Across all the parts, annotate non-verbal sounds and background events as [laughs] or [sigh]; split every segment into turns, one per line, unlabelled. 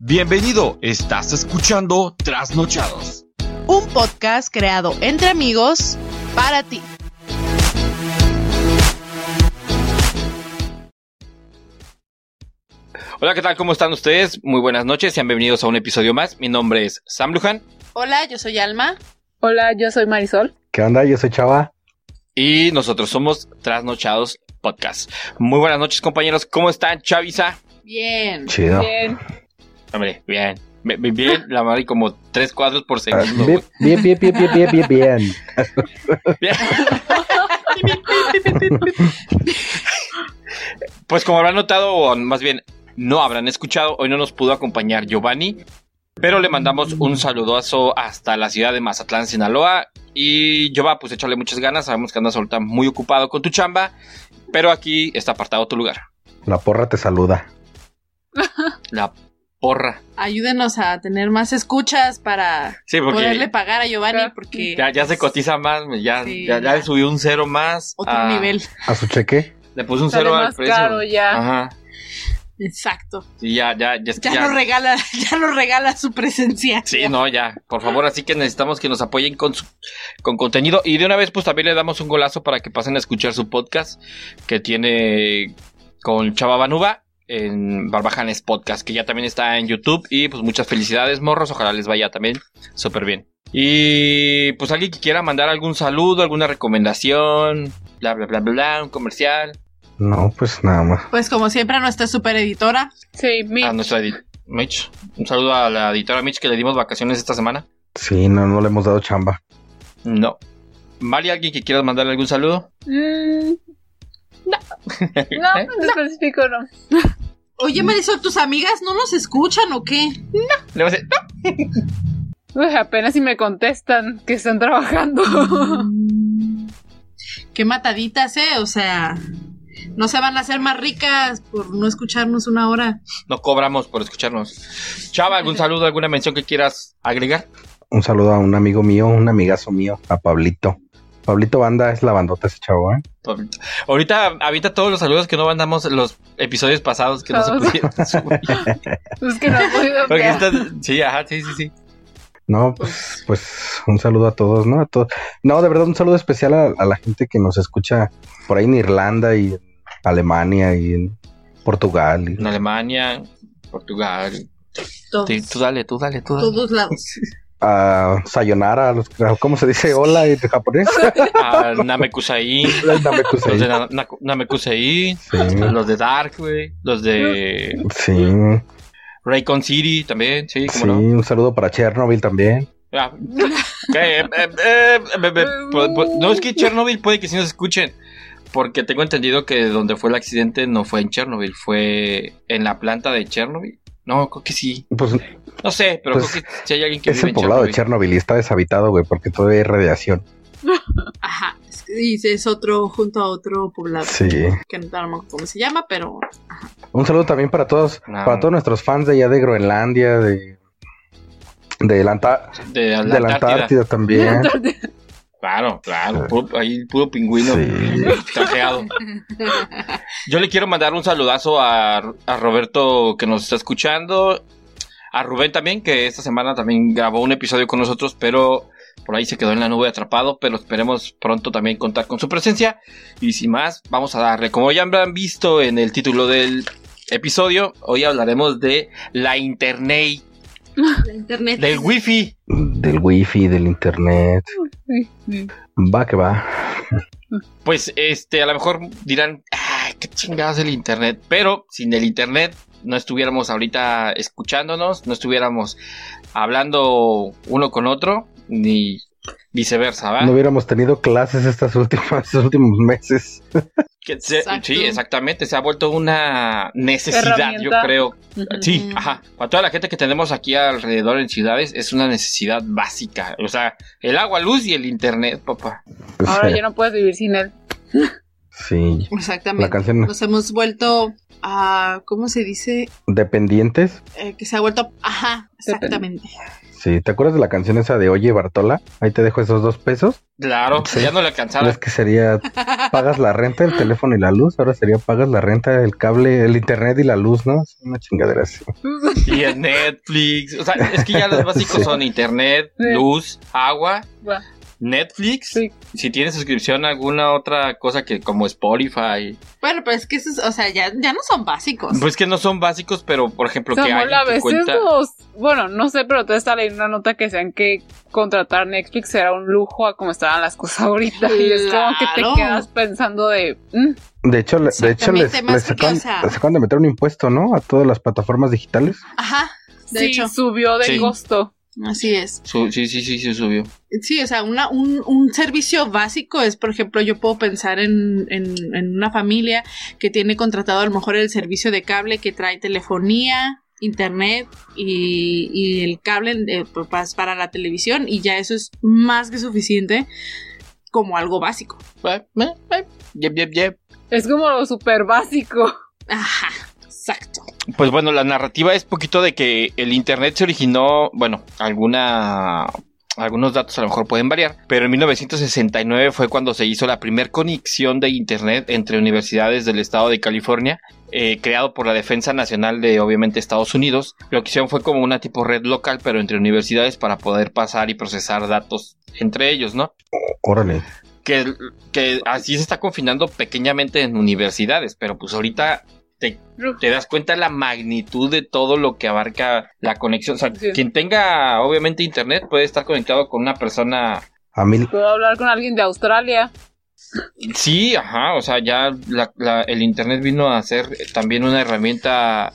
Bienvenido, estás escuchando Trasnochados.
Un podcast creado entre amigos para ti.
Hola, ¿qué tal? ¿Cómo están ustedes? Muy buenas noches, sean bienvenidos a un episodio más. Mi nombre es Sam Luján.
Hola, yo soy Alma.
Hola, yo soy Marisol.
¿Qué onda? Yo soy Chava.
Y nosotros somos Trasnochados Podcast. Muy buenas noches, compañeros. ¿Cómo están, Chavisa?
Bien.
Chido.
Bien.
Hombre, bien. Bi- bi- Bien, la madre como tres cuadros por
Ah,
segundo.
Bien, bien, bien, bien, bien, bien, bien, bien.
Bien. [laughs] Pues como habrán notado, o más bien no habrán escuchado, hoy no nos pudo acompañar Giovanni, pero le mandamos un saludazo hasta la ciudad de Mazatlán, Sinaloa. Y Giovanni, pues échale muchas ganas, sabemos que andas ahorita muy ocupado con tu chamba, pero aquí está apartado tu lugar,
La porra te saluda.
la porra.
Ayúdenos a tener más escuchas para
Sí, porque
poderle pagar a Giovanni
Claro.
porque
ya, ya se cotiza más, ya,
pues. Sí,
ya, ya
ya.
le subió un cero más.
otro
ah,
nivel.
A su cheque.
Le puso un
Sale
cero al
más
precio.
caro ya.
Ajá.
Exacto.
Sí, ya, ya, ya,
Ya,
ya-
nos regala, [laughs] ya nos regala su presencia.
Sí, no, ya. Por favor, así que necesitamos que nos apoyen con su- con contenido. Y de una vez, pues también le damos un golazo para que pasen a escuchar su podcast que tiene con Chava Banuba en Barbajanes Podcast, que ya también está en YouTube. Y pues muchas felicidades, morros. Ojalá les vaya también súper bien. Y pues alguien que quiera mandar algún saludo, alguna recomendación, bla, bla, bla, bla, bla, un comercial.
No, pues nada más.
Pues como siempre a nuestra super editora.
Sí, mi.
A nuestra edit- Mitch. Un saludo a la editora Mitch que le dimos vacaciones esta semana.
Sí, no, no le hemos dado chamba.
No. Mari, ¿alguien que quieras mandarle algún saludo?
Mm, no,
¿Eh?
en específico no.
Oye, Marisol, ¿tus amigas no nos escuchan o qué? [laughs]
Le vas a decir, "No".
Uy, apenas si me contestan que están trabajando.
Qué mataditas, ¿eh? O sea, no se van a hacer más ricas por no escucharnos una hora.
No cobramos por escucharnos. Chava, ¿algún saludo, alguna mención que quieras agregar?
Un saludo a un amigo mío, un amigazo mío, a Pablito. Pablito Banda es la bandota ese chavo, ¿eh?
Pablito. Ahorita habita todos los saludos que no mandamos en los episodios pasados que no se
Todos.
pudieron subir.
es que no he podido
Porque
ver.
estas- Sí, ajá, sí, sí, sí.
No, pues, pues un saludo a todos, ¿no? A todos. No, de verdad, un saludo especial a, a la gente que nos escucha por ahí en Irlanda y en Alemania y en Portugal. y-
En Alemania, Portugal.
Todos,
Sí, tú dale, tú dale, tú dale.
todos lados.
A Sayonara, a los, a- ¿cómo se dice? Hola en
[laughs]
japonés.
A Namekusai, Ah, los de
Namekusei.
Na- Na- Namekusai, [laughs]
Sí.
los de Dark, güey, los de
Sí,
Raycon City también, sí,
sí,
cómo no.
un saludo para Chernobyl también.
Ah, ok, eh, eh, eh, eh, eh, po- po- no es que Chernobyl puede que sí nos escuchen. Porque tengo entendido que donde fue el accidente no fue en Chernobyl, fue en la planta de Chernobyl. No, creo que sí.
Pues
No sé, pero
Pues,
creo que si hay alguien que
es
vive
el
en
poblado
Chernobyl.
de Chernobyl y está deshabitado, güey, porque todavía hay radiación.
Ajá. Es que dice, es otro junto a otro poblado.
Sí.
Que no me acuerdo cómo se llama, pero
Un saludo también para todos,
No.
para todos nuestros fans de allá de Groenlandia, de, de, la, Anta-
de la,
de la
Antártida.
Antártida también.
[laughs]
Claro, claro. puro- ahí puro pingüino
Sí.
trajeado. Yo le quiero mandar un saludazo a, a Roberto que nos está escuchando. A Rubén también, que esta semana también grabó un episodio con nosotros, pero por ahí se quedó en la nube atrapado. Pero esperemos pronto también contar con su presencia. Y sin más, vamos a darle. Como ya habrán visto en el título del episodio, hoy hablaremos de la internet,
la internet.
del wifi.
Del wifi, del internet.
Sí, sí.
Va que va.
Pues este, a lo mejor dirán, "Ay, qué chingados el internet. Pero sin el internet no estuviéramos ahorita escuchándonos, no estuviéramos hablando uno con otro, ni viceversa, ¿va?
No hubiéramos tenido clases estas últimas, [laughs] estos últimos meses.
Que se-
Exacto.
sí, exactamente, se ha vuelto una necesidad, yo
Herramienta.
creo. Sí,
Ujú.
ajá. Para toda la gente que tenemos aquí alrededor en ciudades, es una necesidad básica. O sea, el agua, luz y el internet, papá.
Ahora ya no puedes vivir sin él.
Sí.
Exactamente.
La canción
Nos hemos vuelto a, ¿cómo se dice?
Dependientes.
Eh, que se ha vuelto, ajá, exactamente.
Sí, ¿te acuerdas de la canción esa de Oye Bartola? Ahí te dejo esos dos pesos.
Claro,
Sí.
ya no le alcanzara.
¿Ves que sería pagas la renta, el teléfono y la luz? Ahora sería pagas la renta, el cable, el internet y la luz, ¿no? Es Una chingadera así.
Y el Netflix. O sea, es que ya los básicos
Sí.
son internet,
Sí.
luz, agua,
Va.
Netflix.
Sí.
Si tienes suscripción a alguna otra cosa que como Spotify.
Bueno, pero es que esos, o sea, ya, ya no son básicos.
Pues que no son básicos, pero por ejemplo que
Samuel, a
alguien te
veces
cuenta.
los- Bueno, no sé, pero te está leyendo una nota que decían que contratar Netflix era un lujo a como estaban las cosas ahorita. Y es como que
Claro.
te quedas pensando de... mm,
De hecho, le- de hecho les,
Exactamente, más
les
porque,
acaban,
o sea-
les acaban de meter un impuesto, ¿no? A todas las plataformas digitales.
Ajá, de
sí,
hecho,
subió de
Sí.
costo.
así es.
Su- sí, sí, sí, sí, subió.
Sí, o sea, una, un, un servicio básico es, por ejemplo, yo puedo pensar en, en, en una familia que tiene contratado a lo mejor el servicio de cable que trae telefonía, internet y, y el cable eh, pa- pa- para la televisión y ya eso es más que suficiente como algo básico.
Eh, eh, eh, yep, yep, yep.
Es como lo súper básico. [laughs]
Ajá, exacto.
Pues bueno, la narrativa es poquito de que el internet se originó, bueno, alguna algunos datos a lo mejor pueden variar, pero en 1969 fue cuando se hizo la primer conexión de internet entre universidades del estado de California, eh, creado por la Defensa Nacional de obviamente Estados Unidos. Lo que hicieron fue como una tipo red local, pero entre universidades para poder pasar y procesar datos entre ellos, ¿no?
Órale.
que, que así se está confinando pequeñamente en universidades, pero pues ahorita te, te das cuenta la magnitud de todo lo que abarca la conexión. O sea,
Sí.
quien tenga obviamente internet puede estar conectado con una persona.
A mil.
Puedo hablar con alguien de Australia.
Sí, ajá, o sea, ya la- la- el internet vino a ser también una herramienta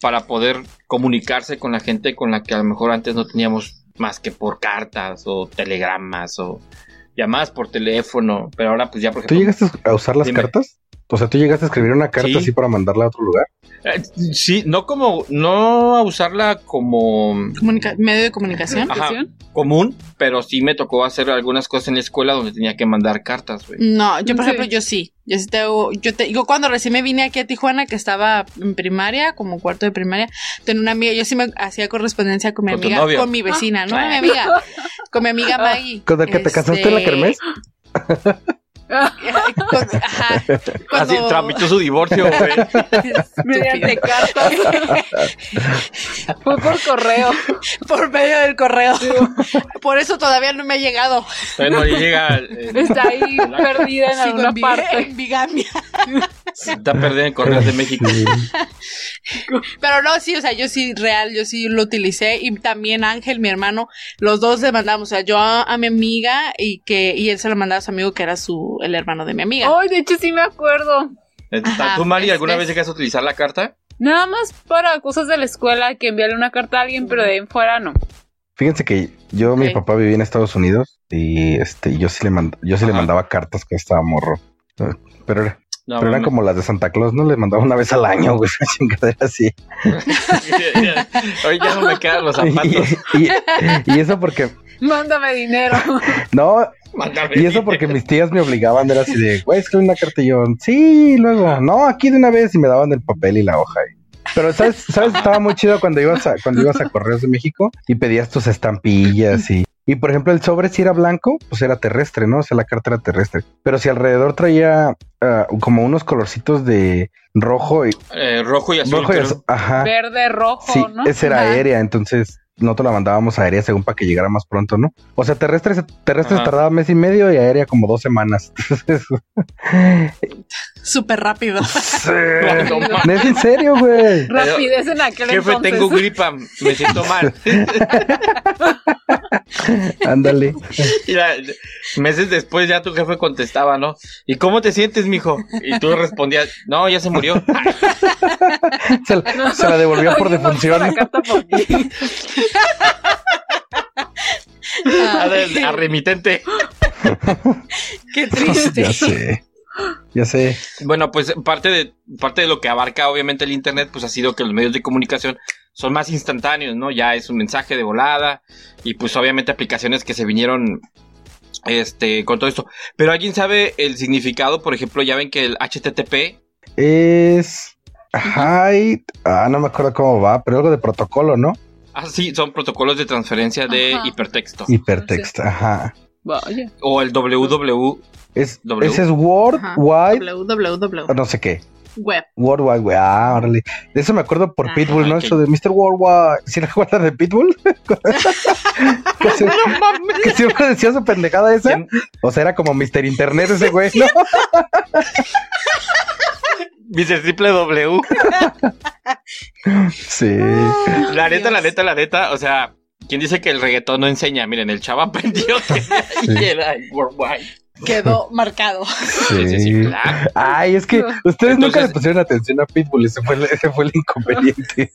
para poder comunicarse con la gente con la que a lo mejor antes no teníamos más que por cartas o telegramas o llamadas por teléfono, pero ahora pues ya por
¿Tú
ejemplo
llegaste a usar las
Dime.
cartas? O sea, ¿tú llegaste a escribir una carta
Sí.
así para mandarla a otro lugar?
Eh, Sí, no como, no a usarla como
Comunica- medio de comunicación.
Ajá.
¿Comunicación?
común, pero sí me tocó hacer algunas cosas en la escuela donde tenía que mandar cartas, güey.
No, yo por
Sí.
ejemplo, yo sí. Yo sí tengo- yo, te- yo cuando recién me vine aquí a Tijuana, que estaba en primaria, como cuarto de primaria, tenía una amiga, yo sí me hacía correspondencia con mi
¿Con tu
amiga,
novio?
con mi vecina, ¿no?
Ah.
Mi amiga, con mi amiga
Ah,
Maggie. este,
¿Con el que te casaste en la kermés?
[laughs] Con- ajá.
Así
Cuando- [laughs]
tramitó su divorcio, güey.
[laughs] Mediante cartas. [laughs] Fue por correo.
por medio del correo. por eso todavía no me ha llegado.
[laughs] Todavía no llega, eh,
Está ahí perdida [laughs] en
Sigo
alguna
en, vi-
parte.
en bigamia.
está perdida en Correos de México.
Sí.
Pero no, sí, o sea, yo sí, real, yo sí lo utilicé. Y también Ángel, mi hermano, los dos le mandamos, o sea, yo a, a mi amiga y que, y él se lo mandaba a su amigo que era su, el hermano de mi amiga.
Ay, de hecho sí me acuerdo.
Está- Eh, ¿Tú, Mari, alguna vez llegas a utilizar la carta?
Nada más para cosas de la escuela que enviarle una carta a alguien, pero de ahí en fuera no.
Fíjense que yo, mi
Ok.
papá vivía en Estados Unidos y este, yo sí le mand- yo sí le
Ajá.
mandaba cartas que estaba morro. Eh, Pero, era-
No,
pero eran
[laughs] mames.
como las de Santa Claus, ¿no? Les mandaba una vez al año, güey, [laughs] esa chingadera así.
Hoy ya no me quedan los zapatos.
Y, y- y eso porque,
Mándame dinero.
no,
Mándame.
[laughs] y eso porque mis tías me obligaban, era así de, güey, escribe una carta y yo, sí, y luego, no, aquí de una vez y me daban el papel y la hoja. y- Pero, ¿sabes? ¿sabes? Estaba muy chido cuando ibas, a, cuando ibas a Correos de México y pedías tus estampillas y... Y por ejemplo, el sobre si era blanco, pues era terrestre, ¿no? O sea, la carta era terrestre. Pero si alrededor traía ah, como unos colorcitos de rojo y...
Eh, rojo y azul.
rojo y
creo.
azul, Ajá.
Verde, rojo,
Sí,
Oh, ¿no?
esa era
Ajá.
aérea, entonces nosotros la mandábamos aérea según para que llegara más pronto, ¿no? O sea, terrestre, se- terrestre se
Ajá.
tardaba mes y medio y aérea como dos semanas. [laughs] Entonces,
Súper rápido.
sí. [laughs]
No, no,
No, es en serio, güey.
Rapidez en aquel
Jefe,
entonces.
tengo gripa, me siento mal.
[laughs] Ándale.
Y la- meses después ya tu jefe contestaba, ¿no? ¿Y cómo te sientes, mijo? Y tú respondías, no, ya se murió.
Se la, se la devolvió por
[laughs] Oye, ¿por qué
defunción.
la
[laughs]
carta por ti?
A
Ay,
del- a remitente.
qué triste.
Ya sé. Ya sé.
Bueno, pues parte de, parte de lo que abarca obviamente el Internet, pues ha sido que los medios de comunicación son más instantáneos, ¿no? Ya es un mensaje de volada y pues obviamente aplicaciones que se vinieron Este, con todo esto. Pero alguien sabe el significado, por ejemplo, ya ven que el HTTP
Es. High. Ah, no me acuerdo cómo va, pero algo de protocolo, ¿no?
Ah, sí, son protocolos de transferencia de
Ajá.
hipertexto.
Hipertexto, ajá.
Vaya. [laughs]
O el www.
Es,
W.
ese es Word
Ajá,
Wide,
www.
o no sé qué.
Web.
World Wide Web. Ah, órale. De eso me acuerdo por
Ah,
Pitbull, ¿no?
ok.
Eso de Mr. Worldwide. ¿Sí la acuerdas de Pitbull? [laughs] que, se- que siempre decía su pendejada esa.
¿Quién?
O sea, era como Mr. Internet ese güey,
[laughs]
¿no?
Dice triple
[laughs]
W.
Sí.
La neta,
Dios.
la neta, la neta. O sea, ¿quién dice que el reggaetón no enseña? Miren, el chava aprendió
[laughs]
que y era worldwide. [laughs]
Quedó marcado.
Sí, sí, sí,
Sí.
claro.
Ay, es que
No.
ustedes nunca
Entonces-
le pusieron atención a Pitbull, ese fue el, ese fue el inconveniente.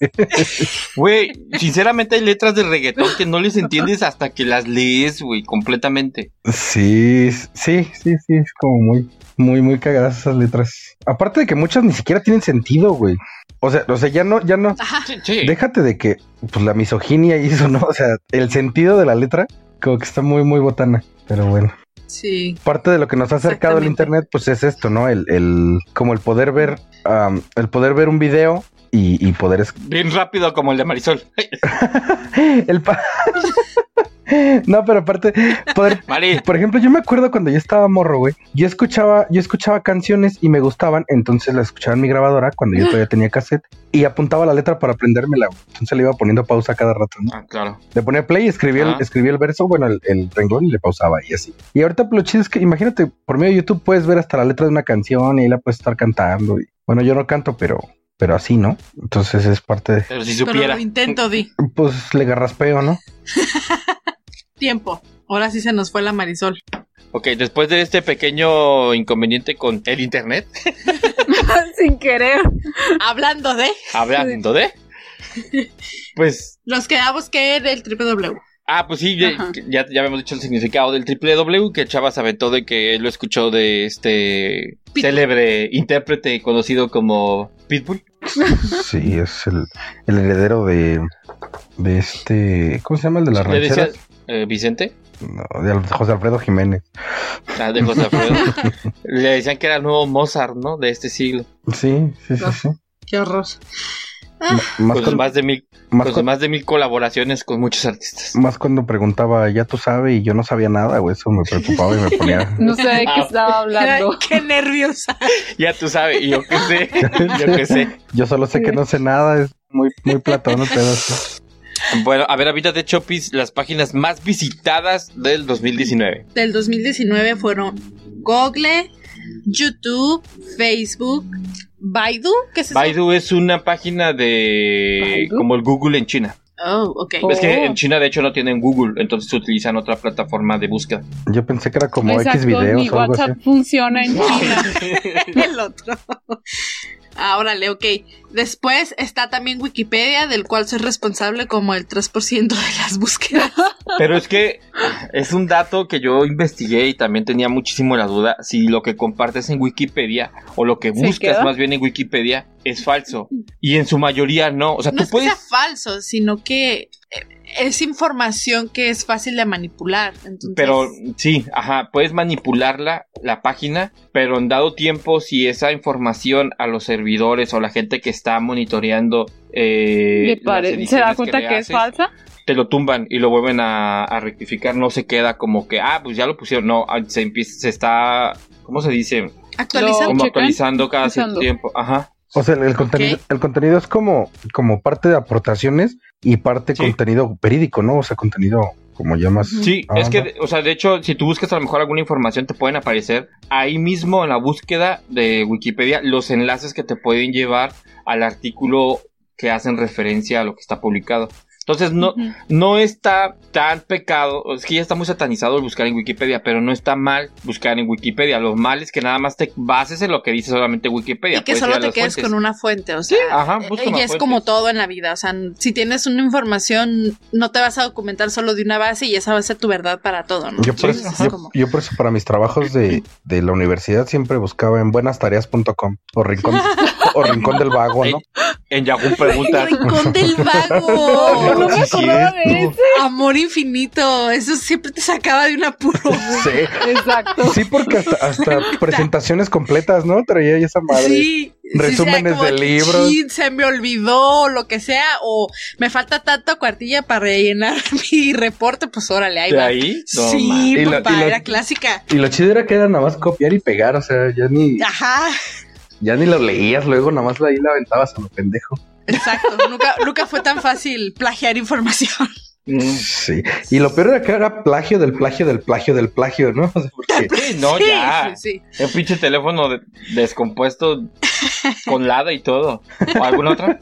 [laughs]
Güey, sinceramente hay letras de reggaetón que no les entiendes hasta que las lees, güey, completamente.
Sí, sí, sí, sí, es como muy, muy, muy cagadas esas letras. Aparte de que muchas ni siquiera tienen sentido, güey. O sea, o sea, ya no, ya no.
Sí, sí.
Déjate de que, pues la misoginia y eso, ¿no? O sea, el sentido de la letra, como que está muy, muy botana. Pero bueno,
Sí.
parte de lo que nos ha acercado el
Exactamente.
internet, pues es esto, ¿no? El, el, como el poder ver, am, el poder ver un video y, y poder es- [gasps]
Bien rápido como el de Marisol.
el pa- [laughs] no, pero aparte, poder
Mari,
Por ejemplo, yo me acuerdo cuando yo estaba morro, güey. Yo escuchaba, yo escuchaba canciones y me gustaban, entonces las escuchaba en mi grabadora cuando yo todavía tenía cassette y apuntaba la letra para aprendérmela. güey. Entonces le iba poniendo pausa cada rato, ¿no?
Ah, claro.
Le ponía play y escribía,
Ah.
el, escribía el verso, bueno, el, el renglón y le pausaba y así. Y ahorita pues, lo chido es que, imagínate, por medio de YouTube puedes ver hasta la letra de una canción y ahí la puedes estar cantando. y- bueno, yo no canto, pero, pero así, ¿no? Entonces es parte de,
Pero si
Pero
supiera.
lo intento, di.
pues le garraspeo, ¿no?
Tiempo. Ahora sí se nos fue la Marisol. [laughs]
Ok, después de este pequeño inconveniente con el internet,
[laughs]
Sin querer.
Hablando de.
hablando de. Pues
Nos quedamos que era el triple W.
Ah, pues sí, ya,
Ajá.
ya, ya habíamos dicho el significado del triple W que Chava se aventó de que él lo escuchó de este
Pitbull.
célebre intérprete conocido como Pitbull.
Pues, Sí, es el, el heredero de, de este. ¿Cómo se llama el de las
¿Le decía
rancheras?
eh, Vicente?
No, de Al- José Alfredo Jiménez.
Ah, de José Alfredo.
[laughs]
Le decían que era el nuevo Mozart, ¿no? De este siglo.
Sí, sí, sí.
No.
sí.
Qué horror.
M- Más,
Con sus
cuando,
más de mil,
más
con sus
cuan-
más de mil colaboraciones con muchos artistas. [laughs]
más cuando preguntaba, ya tú sabes, y yo no sabía nada, güey. Eso me preocupaba y
[laughs]
me ponía. [laughs]
No sé de qué estaba hablando.
Qué nerviosa.
Ya tú sabes, y yo qué
[laughs]
sé, yo qué sé.
Yo solo sé que no sé nada, es muy, muy platón el pedazo.
Bueno, a ver, ahorita de Chopis, las páginas más visitadas del 2019.
Del 2019 fueron Google, YouTube, Facebook, Baidu. ¿Qué es eso?
Baidu es una página de...
¿Baidu?
como el Google en China.
Oh, ok.
Oh.
Es que en China, de hecho, no tienen Google, entonces utilizan otra plataforma de búsqueda.
Yo pensé que era como X
mi
videos o algo así.
WhatsApp funciona en China.
[laughs] El otro. Ah, órale, ok. Después está también Wikipedia, del cual soy responsable como el 3% de las búsquedas.
Pero es que es un dato que yo investigué y también tenía muchísimo la duda si lo que compartes en Wikipedia o lo que
¿Se
buscas
queda?
más bien en Wikipedia es falso. Y en su mayoría no. O sea,
No
tú
es que sea
puedes...
falso, sino que eh, es información que es fácil de manipular. Entonces,
Pero sí, ajá, puedes manipularla, la página, pero en dado tiempo, si esa información a los servidores o la gente que está monitoreando... eh,
Le pare-
las
¿Se da
ediciones
cuenta
le
que es
haces,
[laughs] falsa?
te lo tumban y lo vuelven a, a rectificar, no se queda como que, ah, pues ya lo pusieron, no, ah, se empieza, se está, ¿cómo se dice?
actualiza.
Como
checan,
actualizando cada cierto
usando.
tiempo, ajá.
O sea, el, el contenido, el contenido es como, como parte de aportaciones y parte
Sí.
contenido verídico, ¿no? O sea, contenido como llamas.
Sí,
Ah,
es que,
anda.
o sea, de hecho, si tú buscas a lo mejor alguna información, te pueden aparecer ahí mismo en la búsqueda de Wikipedia los enlaces que te pueden llevar al artículo que hacen referencia a lo que está publicado. Entonces, no,
Ujú.
no está tan pecado, es que ya está muy satanizado el buscar en Wikipedia, pero no está mal buscar en Wikipedia. Lo mal es que nada más te bases en lo que dice solamente Wikipedia.
Y que
puedes ir
solo
a
te
las
quedes
fuentes.
con una fuente, o
Sí,
sea.
ajá,
eh,
busca
y
más
es como
fuentes.
todo en la vida, o sea, n- si tienes una información, no te vas a documentar solo de una base y esa va a ser tu verdad para todo, ¿no?
Yo por,
Sí,
eso,
ajá.
yo-
Como-
yo por eso para mis trabajos de, de la universidad siempre buscaba en buenastareas.com o rincón o rincón del vago, ¿no?
en Yahoo
[laughs]
Preguntas.
Rincón
[laughs]
del
No, no
vago.
me
Sí,
acordaba
cierto.
de [laughs] eso.
Amor infinito. Eso siempre te sacaba de un apuro.
Sí.
Exacto.
Sí, porque hasta, hasta presentaciones completas, ¿no? Traía esa madre.
Sí, sí,
Resúmenes
sea como
de
que,
libros.
"Chin, se me olvidó, o lo que sea, o me falta tanta cuartilla para rellenar [laughs] mi reporte, pues órale, ahí
De
va.
ahí. no, man.
sí,
Y lo-
papá,
y lo-
era clásica.
Y lo chido era que era nada más copiar y pegar, o sea, ya
[laughs]
ni,
Ajá,
ya ni lo leías, luego nada más ahí la aventabas a lo pendejo.
exacto. nunca, nunca fue tan fácil plagiar información.
Mm,
Sí. Y lo peor era que era plagio del plagio del plagio del plagio, ¿no? [laughs] O sea, porque
sí, no,
Sí,
ya.
sí, sí.
El pinche teléfono de- descompuesto con lada y todo. ¿O alguna otra?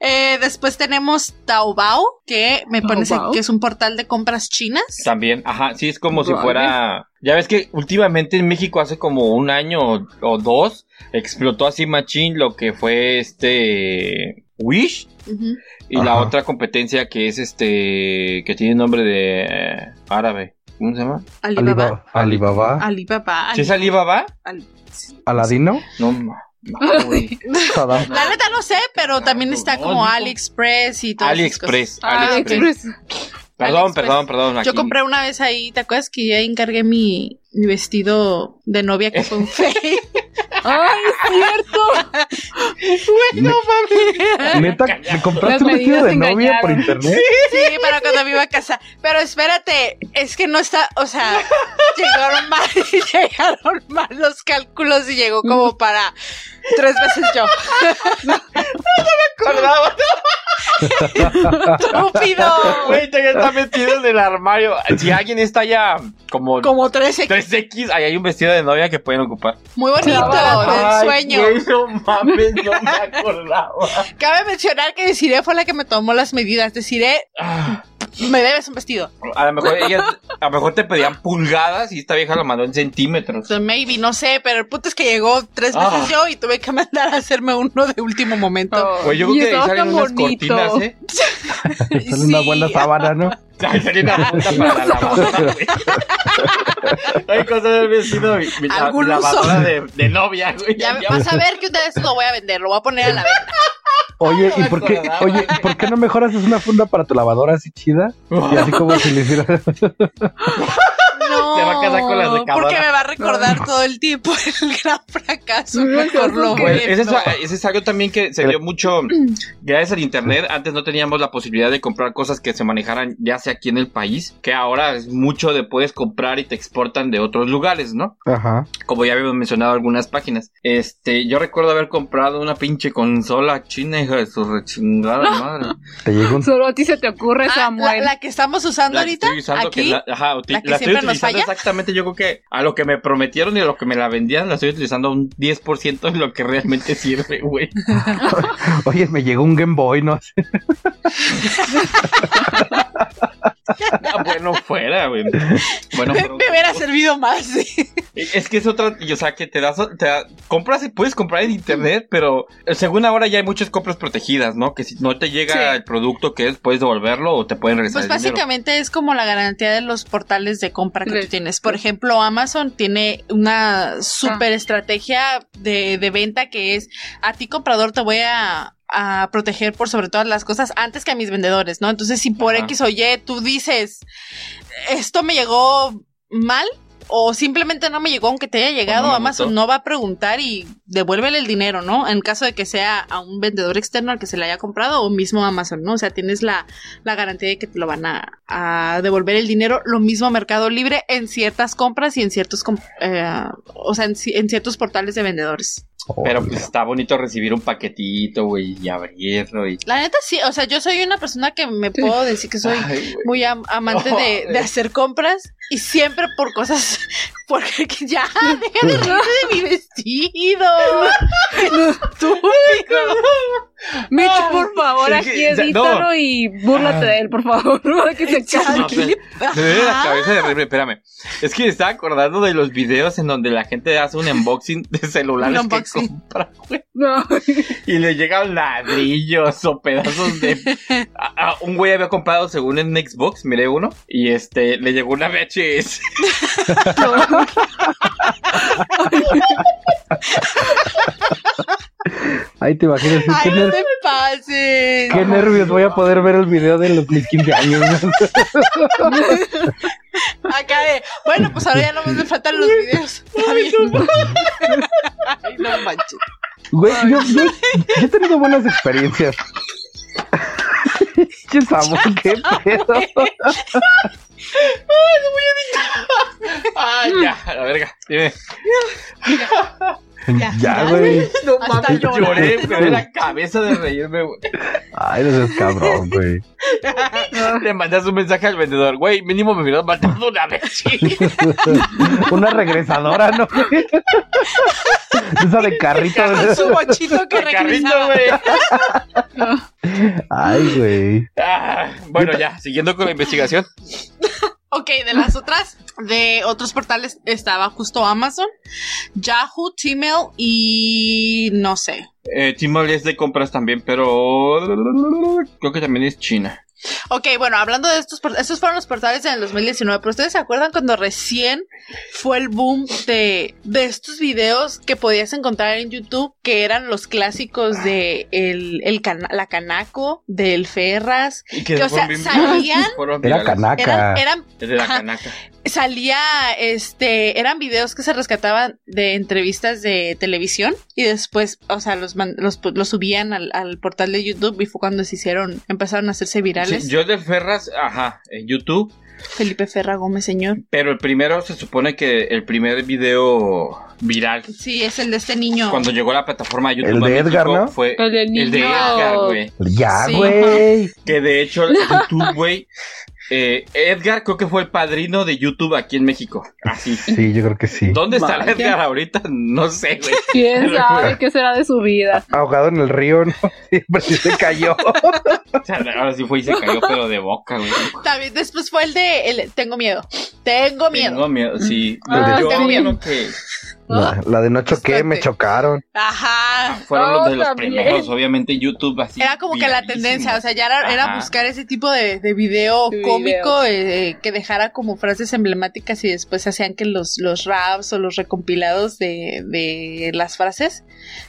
Eh, después tenemos Taobao, que me pones
Taobao.
aquí que es un portal de compras chinas.
También. Ajá, sí, es como si
Vale.
fuera. Ya ves que últimamente en México hace como un año o, o dos explotó así machín lo que fue este Wish
Ujú.
y la
Ajá.
otra competencia que es este que tiene nombre de eh, árabe. ¿Cómo se llama?
Alibaba.
Alibaba, Alibaba,
Alibaba.
¿Sí es Alibaba?
Al-
Aladino,
No, ma- ma- güey.
Saddam.
La neta no sé, pero también está como AliExpress y todo.
AliExpress.
Ah,
AliExpress.
Express.
Perdón,
AliExpress.
perdón, perdón.
Yo
aquí.
compré una vez ahí, ¿te acuerdas que ya encargué mi, mi vestido de novia que
[laughs]
fue un fake?
Ay, [laughs] es cierto.
Neta, ¿me
Las
compraste un vestido
medidas
de novia
engañaron.
por internet?
Sí, para cuando me iba a casa. Pero espérate, es que no está, o
[laughs]
sea, llegaron mal, [laughs] llegaron mal los cálculos y llegó como para tres veces yo.
Acordaba,
¡Estúpido!
Güey, todavía está metido en el armario. Si alguien está ya como
Como 13.
3X, ahí hay un vestido de novia que pueden ocupar.
Muy bonito, del
Ay,
sueño.
güey, no mames, no me acordaba.
Cabe mencionar que Desiree fue la que me tomó las medidas. Desiree,
Ah,
me debes un vestido.
A lo mejor ella, a lo mejor te pedían pulgadas y esta vieja lo mandó en centímetros.
So, maybe, no sé, pero el punto es que llegó tres veces
Ah.
yo y tuve que mandar a hacerme uno de último momento. [laughs]
Güey, yo creo
Y
que ahí
estaba
salen
tan
unas
bonito.
cortinas, ¿eh?
Es una
Sí.
buena sábana, ¿no?
[laughs] Ay, salió una punta para la boda, güey. Hay cosas del vestido, mi, mi- la,
Algún
la
uso.
lavadora de, de novia, güey.
Ya vas a ver que una vez lo voy a vender, lo voy a poner a la venta.
Oye,
me
¿y por qué,
acordaba.
oye, ¿por qué no mejor haces una funda para tu lavadora así chida? Y así como si le hicieras...
No,
Te va a casar con la secadora.
porque me va a recordar todo el tiempo el [laughs] gran fracaso.
No,
Mejor
no,
lo
no,
Pues,
vendo.
ese, es, ese es algo también que se vio mucho gracias al internet. Antes no teníamos la posibilidad de comprar cosas que se manejaran ya sea aquí en el país, que ahora es mucho de puedes comprar y te exportan de otros lugares, ¿no?
Ajá.
Como ya habíamos mencionado algunas páginas. Este, yo recuerdo haber comprado una pinche consola china, hija de su rechingada madre.
Te llega un...
Solo a ti se te ocurre,
Ah, la,
Samuel. [laughs]
la que estamos usando
La que
ahorita,
estoy usando, que
aquí,
la- ajá, uti-
la que
la estoy
siempre nos
utilizando
falla.
exactamente, yo creo que a lo que me prometieron y a lo que me la vendían, la estoy utilizando un 10% de lo que realmente sirve, güey.
Oye, me llegó un Game Boy, ¿no?
Ah, bueno fuera, güey. Bueno,
[laughs] me,
pero-
me hubiera servido más. sí.
es que es otra, y, o sea, que te das, te da- compras y puedes comprar en internet, pero eh, según ahora ya hay muchas compras protegidas, ¿no? Que si no te llega
Sí.
el producto que es, puedes devolverlo o te pueden regresar
Pues
el dinero.
básicamente es como la garantía de los portales de compra que
Sí.
tú tienes. Por ejemplo, Amazon tiene una super estrategia de, de venta que es a ti comprador te voy a, a proteger por sobre todas las cosas antes que a mis vendedores, ¿no? Entonces, si por
Ajá.
X o Y tú dices, esto me llegó mal. O simplemente no me llegó, aunque te haya llegado,
no me
Amazon
gustó.
no va a preguntar y devuélvele el dinero, ¿no? En caso de que sea a un vendedor externo al que se le haya comprado o mismo Amazon, ¿no? O sea, tienes la, la garantía de que te lo van a, a devolver el dinero. Lo mismo a Mercado Libre en ciertas compras y en ciertos, com- eh, o sea, en, ci- en ciertos portales de vendedores.
Pero pues está bonito recibir un paquetito, güey, y abrirlo y...
La neta sí, o sea, yo soy una persona que me puedo decir que soy
Ay, güey.
muy am- amante de, de hacer compras y siempre por cosas, [laughs] porque que ya, [laughs] deja
[laughs]
de reírte de [laughs] mi vestido.
[laughs]
Estúpido.
Mitch, por favor,
Sí,
aquí
sí, o sea,
edítalo
no.
y búrlate de él, por favor, [laughs] para que se
Exacto.
calme.
¿qué le
Me duele la
pasa?
cabeza [laughs] de reírme, espérame. Es que me estaba acordando de los videos en donde la gente hace un unboxing de celulares
Un
que
unboxing.
compra, güey.
No.
Y le llegan [laughs] ladrillos o pedazos de. A- a- un güey había comprado según en Xbox, miré uno, y este, le llegó una [laughs] VHS.
Ahí te imaginas. sí,
Ay,
qué,
no
ner-
te pases.
qué nervios voy a poder ver el video de los mis 15 años.
Acá de, bueno, pues ahora ya no me faltan los videos. Está bien. Ay, no [laughs] manches.
Güey, yo, yo- yo he tenido buenas experiencias. Che, Samu, [laughs] qué pedo.
Ah, ya, a la verga. Dime.
Ya.
Ya, güey.
No
Hasta
mames,
lloré.
lloré, me duele la cabeza de reírme, güey.
Ay, no seas cabrón, güey. [laughs]
Le mandas un mensaje al vendedor, güey, mínimo me hubieras matado una vez.
Una regresadora, ¿no? [laughs] Esa de carrito.
Con su bochito
[laughs]
que
El carrito,
regresaba.
güey.
Ay, güey.
Ah, bueno, ya, siguiendo con la investigación.
Ok, de las otras, de otros portales estaba justo Amazon, Yahoo, Gmail y no sé.
Eh, Tmall es de compras también, pero creo que también es China.
Ok, bueno, hablando de estos, por- estos fueron los portales en el 2019, pero ustedes se acuerdan cuando recién fue el boom de, de estos videos que podías encontrar en YouTube, que eran los clásicos de el, el cana- la Canaco, del Ferras,
Y
Que, o sea, salían-
fueron
Era
virales.
canaca.
eran, eran
Es de la
Ajá.
canaca.
salía, este, eran videos que se rescataban de entrevistas de televisión y después, o sea, los, man- los, pu- los subían al, al portal de YouTube y fue cuando se hicieron, empezaron a hacerse virales.
Sí, yo de Ferras, ajá, en YouTube,
Felipe Ferra Gómez, señor.
pero el primero se supone que el primer video viral
Sí, es el de este niño.
cuando llegó a la plataforma de YouTube
El
a
de Edgar,
México
¿no?
fue
El del niño.
el de Edgar, güey.
Ya,
Sí.
güey.
Que
[laughs]
de hecho, YouTube, güey. eh, Edgar creo que fue el padrino de YouTube aquí en México. Así.
Sí, yo creo que sí.
¿Dónde está el
Vaya.
Edgar ahorita? No sé, güey. [laughs]
¿Quién sabe qué será de su vida?
Ahogado en el río, ¿no? [laughs] Siempre se cayó.
O sea, ahora sí fue y se cayó, pero de boca, güey.
También después fue el de el Tengo mmiedo. Tengo miedo.
Tengo miedo, sí.
Ah,
yo
tengo miedo.
creo que
La, la de [laughs] no choqué,
Bastante.
me chocaron.
Ajá.
fueron
No,
los de los
también.
primeros, obviamente YouTube así.
Oh, Era como que la
viralísimo.
tendencia, o sea, ya era, era
Ajá.
buscar ese tipo de, de video
De
cómico eh, eh, que dejara como frases emblemáticas y después hacían que los, los raps o los recompilados de, de las frases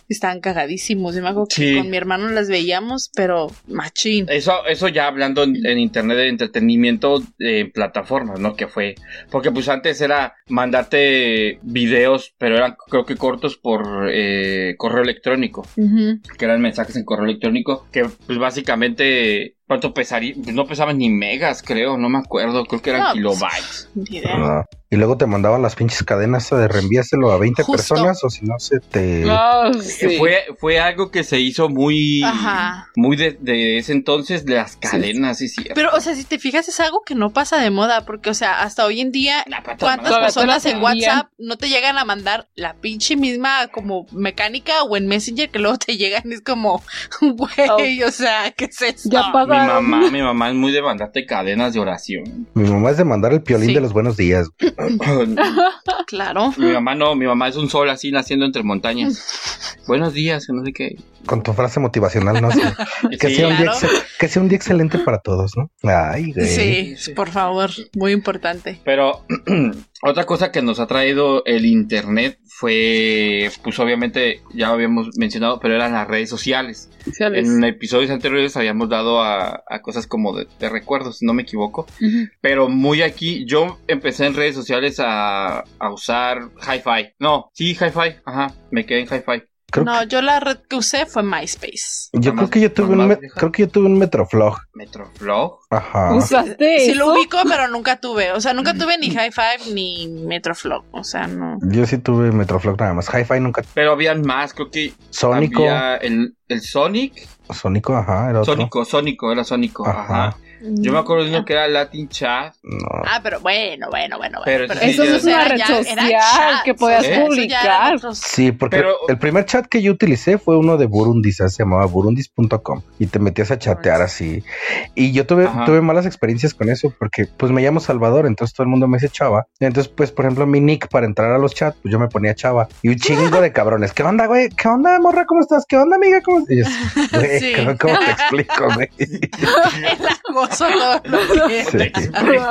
estaban cagadísimos. Yo me acuerdo que
Sí.
con mi hermano las veíamos, pero machín.
Eso, eso ya hablando en, en internet de entretenimiento eh, en plataformas, ¿no? Que fue. Porque pues antes era mandarte videos, pero eran creo que cortos por eh, correo electrónico,
Ujú.
que eran mensajes en correo electrónico, que pues básicamente, ¿cuánto pesaría? Pues, no pesaban ni megas, creo, no me acuerdo, creo que eran
No, pues,
kilobytes.
Ni idea.
No. Y luego te mandaban las pinches cadenas de reenvíaselo a 20
Justo.
personas o si no se te...
No, sí.
Fue, fue algo que se hizo muy...
Ajá.
Muy de, de ese entonces, de las cadenas, sí, sí.
Pero, o sea, si te fijas, es algo que no pasa de moda, porque, o sea, hasta hoy en día,
Nah, pero todas
¿cuántas
maneras,
Todavía
personas
te
en
la envían.
WhatsApp no te llegan a mandar la pinche misma como mecánica o en Messenger que luego te llegan? Es como, [laughs] güey, o sea, ¿qué es esto?
Oh. Ya
Mi
pasaron.
mamá, mi mamá es muy de mandarte cadenas de oración.
Mi mamá es de mandar el piolín
Sí.
de los buenos días.
Claro.
[laughs] Mi mamá no, mi mamá es un sol así naciendo entre montañas.
[laughs]
Buenos días, que no sé qué.
Con tu frase
[laughs]
motivacional, ¿no? Sí. Que,
Sí,
sea un día
Claro.
excel- que sea un día excelente para todos, ¿no? Ay, güey.
Sí,
Sí.
por favor, muy importante.
Pero [clears throat] otra cosa que nos ha traído el internet fue, pues obviamente ya lo habíamos mencionado, pero eran las redes sociales.
Sociales.
En episodios anteriores habíamos dado a, a cosas como de, de recuerdos, si no me equivoco.
Ujú.
Pero muy aquí, yo empecé en redes sociales a, a usar hi-fi. No, sí, hi-fi. Ajá, me quedé en hi-fi.
Creo
no, yo la red que usé fue MySpace.
Yo creo
Nomás-
que yo tuve un
nomás
me-
deja-
creo que yo tuve un Metroflog.
Metroflog.
Ajá.
¿Usaste
Sí lo
eso?
ubico, pero nunca tuve. O sea, nunca
Mm.
tuve ni High Five ni Metroflog. O sea, no.
Yo sí tuve Metroflog nada más. Hi-Fi nunca.
Pero habían más, creo que
Sónico.
había el, el Sonic.
Sónico, ajá, era otro.
Sónico, Sónico, era Sónico. Ajá.
Ajá.
Yo me acuerdo de uno que era Latin Chat.
No.
Ah, pero bueno, bueno, bueno. bueno.
Pero sí,
Eso
ya-
no es una red social que podías
¿Eh?
publicar.
[laughs]
Sí, porque
Pero-
el primer chat que yo utilicé fue uno de Burundis, se llamaba burundis.com y te metías a chatear así. Y yo tuve,
Ajá.
tuve malas experiencias con eso porque pues me llamo Salvador, entonces todo el mundo me dice Chava. Entonces pues por ejemplo mi nick para entrar a los chats, pues yo me ponía Chava y un chingo de cabrones. ¿Qué onda, güey? ¿Qué onda, morra? ¿Cómo estás? ¿Qué onda, amiga? ¿Cómo estás?
[laughs]
Y yo, güey,
Sí.
¿cómo, cómo te explico, güey?
El acoso todo
[laughs]
lo que-
¿Cómo te
[laughs]
explico?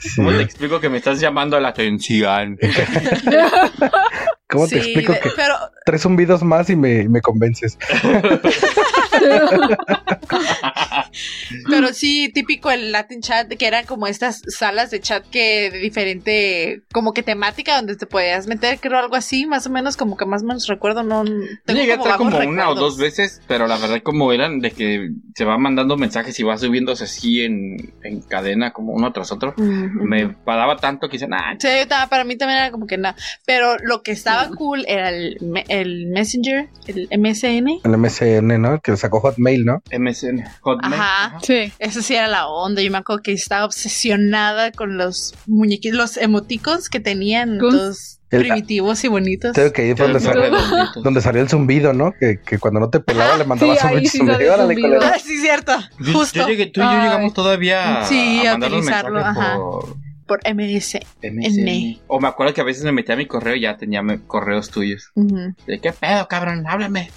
Sí.
¿Cómo te explico que me estás llamando a la atención?
¿Cómo te explico
de-
que [clears throat]
pero
tres zumbidos más y me, me convences?
Pero sí, típico el Latin chat, que eran como estas salas de chat que de diferente, como que temática donde te podías meter, creo algo así, más o menos, como que más o menos recuerdo, no
Yo
tengo
Llegué a estar
vagos
como una o
recuerdos.
dos veces, pero la verdad como eran de que se van mandando mensajes y va subiéndose así en, en cadena como uno tras otro.
Mm,
Me
mm.
paraba tanto que dicen, ah,
Sí, yo estaba- para mí también era como que nada. Pero lo que estaba
Ujú.
cool era el, me- el Messenger, el MSN.
El MSN, ¿no? Que sacó Hotmail, ¿no?
MSN, Hotmail.
Ajá.
Ajá.
Sí.
Eso sí era la onda. Yo me acuerdo que estaba obsesionada con los muñequitos, los emoticons que tenían,
Con-
todos
El-
primitivos y bonitos.
Tengo que ir
Que
donde,
los más
sal-
redonditos.
donde salió el zumbido, ¿no? Que, que cuando no te pelaba le mandabas
sí,
un
ahí
pinche
sí
zumbido.
sale el
Órale,
zumbido.
culero.
Ah, sí, cierto.
Yo- Yo
Justo Ah,
llegué, tú y yo
Ay.
llegamos todavía
Sí,
a
a
mandar los
utilizarlo,
mensajes
ajá.
por
por MS.
MSN.
N.
O me acuerdo que a veces me metía a mi correo y ya tenía me- correos tuyos.
Ujú.
De qué pedo, cabrón, háblame.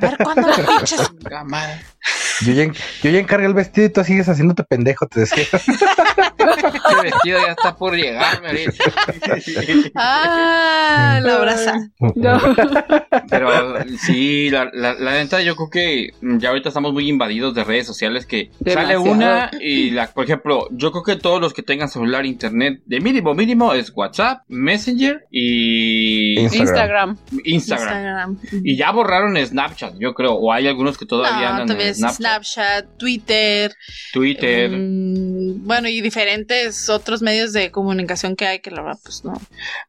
A ver, ¿cuándo la pinches?
Venga, madre.
Yo ya, en- yo ya encargué el vestido y tú sigues haciéndote pendejo, te decía.
Este vestido ya está por llegarme ahorita. [laughs]
Ah, la abraza.
No.
[laughs] Pero sí, la, la, la neta, yo creo que mm, ya ahorita estamos muy invadidos de redes sociales que sale
Demasiado.
una y, la, por ejemplo, yo creo que todos los que tengan celular, internet, de mínimo, mínimo es WhatsApp, Messenger y Instagram.
Instagram.
Instagram.
Instagram.
Y ya borraron Snapchat, yo creo, o hay algunos que todavía
no,
andan
todavía
en
es
Snapchat,
Snapchat, Twitter,
Twitter.
mm, bueno, y diferentes otros medios de comunicación que hay que la verdad, pues no.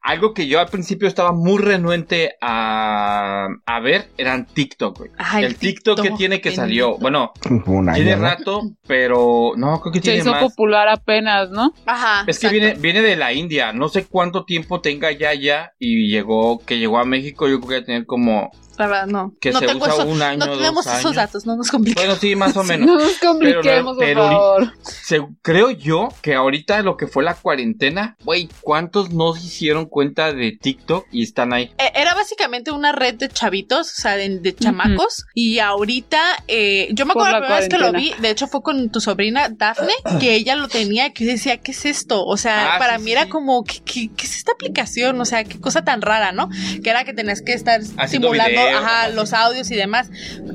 Algo que yo al principio estaba muy renuente a, a ver eran TikTok, güey.
Ay,
el TikTok, que tiene que
bendito.
salió. Bueno,
Como [laughs] un año,
tiene
¿no?
rato, pero no, creo que
Se
tiene
hizo
más.
popular apenas, ¿no?
Ajá.
Es que
exacto.
viene, viene de la India, no sé cuánto tiempo tenga ya ya y llegó, que llegó a México, yo creo que va a tener como
La verdad, no.
que
no
se
tengo
usa
eso-
un año,
No tenemos
dos
esos
años.
datos, no nos compliquemos.
Bueno, sí,
[laughs]
más o menos.
[laughs] No nos compliquemos,
Pero no,
por favor.
Se- creo yo que ahorita lo que fue la cuarentena, güey, ¿cuántos no se hicieron cuenta de TikTok y están ahí?
Eh, Era básicamente una red de chavitos, o sea, de, de chamacos. Y ahorita, eh, yo me
Por
acuerdo la
la
primera vez que lo vi,
cuarentena.
de hecho fue con tu sobrina
[clears throat]
Dafne, que ella lo tenía, que yo decía, ¿qué es esto? O sea,
Ah,
para
sí,
mí
sí,
era
sí.
como, ¿qué, qué, qué es esta aplicación? O sea, qué cosa tan rara, ¿no? Que era que tenías que estar
Haciendo
simulando
videos,
ajá,
así.
los audios y demás.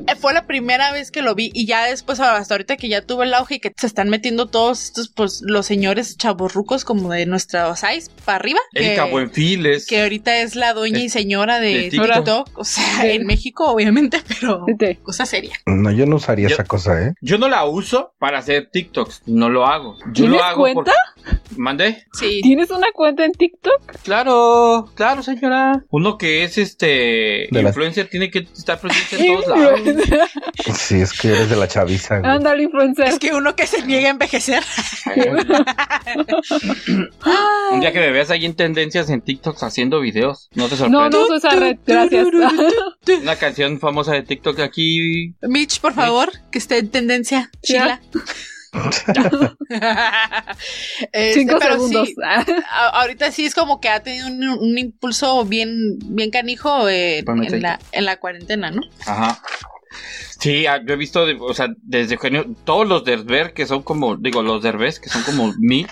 Eh, Fue la primera vez que lo vi y ya después, hasta ahorita que ya tuve el auge y que se están metiendo todos estos, pues, los señores chaborrucos como de nuestra size para arriba.
Erika
que-
Buenfil es...
que ahorita es la dueña
Es-
y señora de,
de TikTok.
TikTok. o sea,
Sí.
en México obviamente, pero
Vete.
cosa seria.
No, yo no usaría
Yo-
esa cosa, ¿eh?
Yo no la uso para hacer TikToks, no lo hago. Yo
¿Tienes
lo hago
cuenta?
porque- ¿Mandé?
Sí.
¿Tienes una cuenta en TikTok?
Claro, claro, señora. Uno que es este
De las-
influencer tiene que estar presente en todos lados.
Sí, es que eres de la chaviza,
[laughs]
güey.
Ándale, influencer.
Es que uno que se niega a envejecer.
[laughs] Un día que me veas ahí en tendencias en TikTok haciendo videos, no te
No,
sorprendas.
no uso esa red, gracias.
Una canción famosa de TikTok aquí.
Mitch, por favor, que esté en tendencia. Chila.
Ya. [laughs]
Este,
Cinco
pero sí,
segundos. [laughs]
a- ahorita sí es como que ha tenido un, un impulso bien, bien canijo eh,
Por mi
en, la, en la cuarentena, ¿no?
Ajá. Sí, ah, yo he visto, de- o sea, desde Eugenio, todos los Derbez que son como, digo, los Derbez que son como
[laughs]
mil,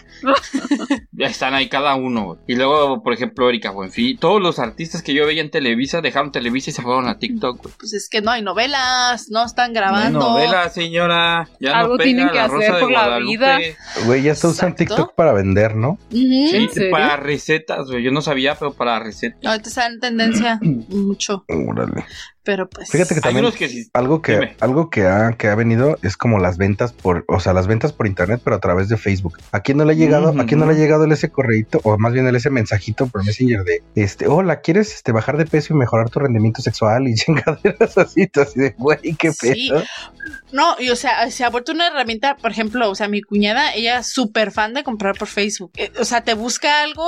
están ahí cada uno. Y luego, por ejemplo, Erika Buenfil, todos los artistas que yo veía en Televisa dejaron Televisa y se fueron a TikTok. güey.
Pues es que no hay novelas, no están
No hay
grabando.
novela, señora. Ya no
Algo
pega
tienen que
la rosa
hacer
de
por la
Guadalupe.
vida.
Güey, ya se usan
Exacto.
TikTok para vender, ¿no?
Ujú.
Sí,
¿En serio?
para recetas, güey. Yo no sabía, pero para recetas.
Ahorita está en tendencia mucho,
Órale.
pero pues.
Fíjate que
Hay
también
unos que sí.
algo
Dime.
que algo que ha, que ha venido es como las ventas por, o sea, las ventas por internet, pero a través de Facebook. ¿A quién no le ha llegado,
Ujú.
a quién no le ha llegado el ese correíto o más bien el ese mensajito por Messenger de este, "Hola, ¿quieres este bajar de peso y mejorar tu rendimiento sexual?" y [laughs] chingaderas así, tú así de, "Güey, qué pedo."
Sí. No, y o sea, se ha vuelto una herramienta, por ejemplo, o sea, mi cuñada, ella es súper fan de comprar por Facebook. Eh, O sea, te busca algo.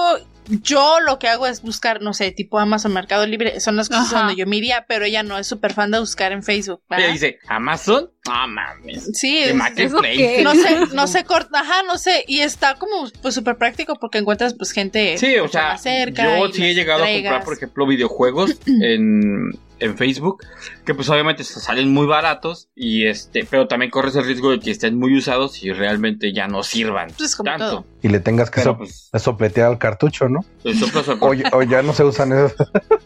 Yo lo que hago es buscar, no sé, tipo Amazon Mercado Libre, son las cosas
Ajá.
donde yo me iría, pero ella no es súper fan de buscar en Facebook. ¿va?
Ella dice, Amazon No mames.
Sí,
De
es-
Marketplace.
qué?
no sé,
[laughs]
no sé, cort- ajá, no sé, y está como pues súper práctico porque encuentras pues gente
Sí, o sea,
más cerca
yo
y
sí he
los
llegado a comprar,
entregas.
por ejemplo, videojuegos
[clears throat]
en, en Facebook, que pues obviamente se salen muy baratos, y este, pero también corres el riesgo de que estén muy usados y realmente ya no sirvan.
Pues como
tanto.
todo.
Y le tengas que
Pero
so-
pues,
sopletear al cartucho, ¿no?
el soplo soplo.
O, o ya no se usan esas.
[laughs]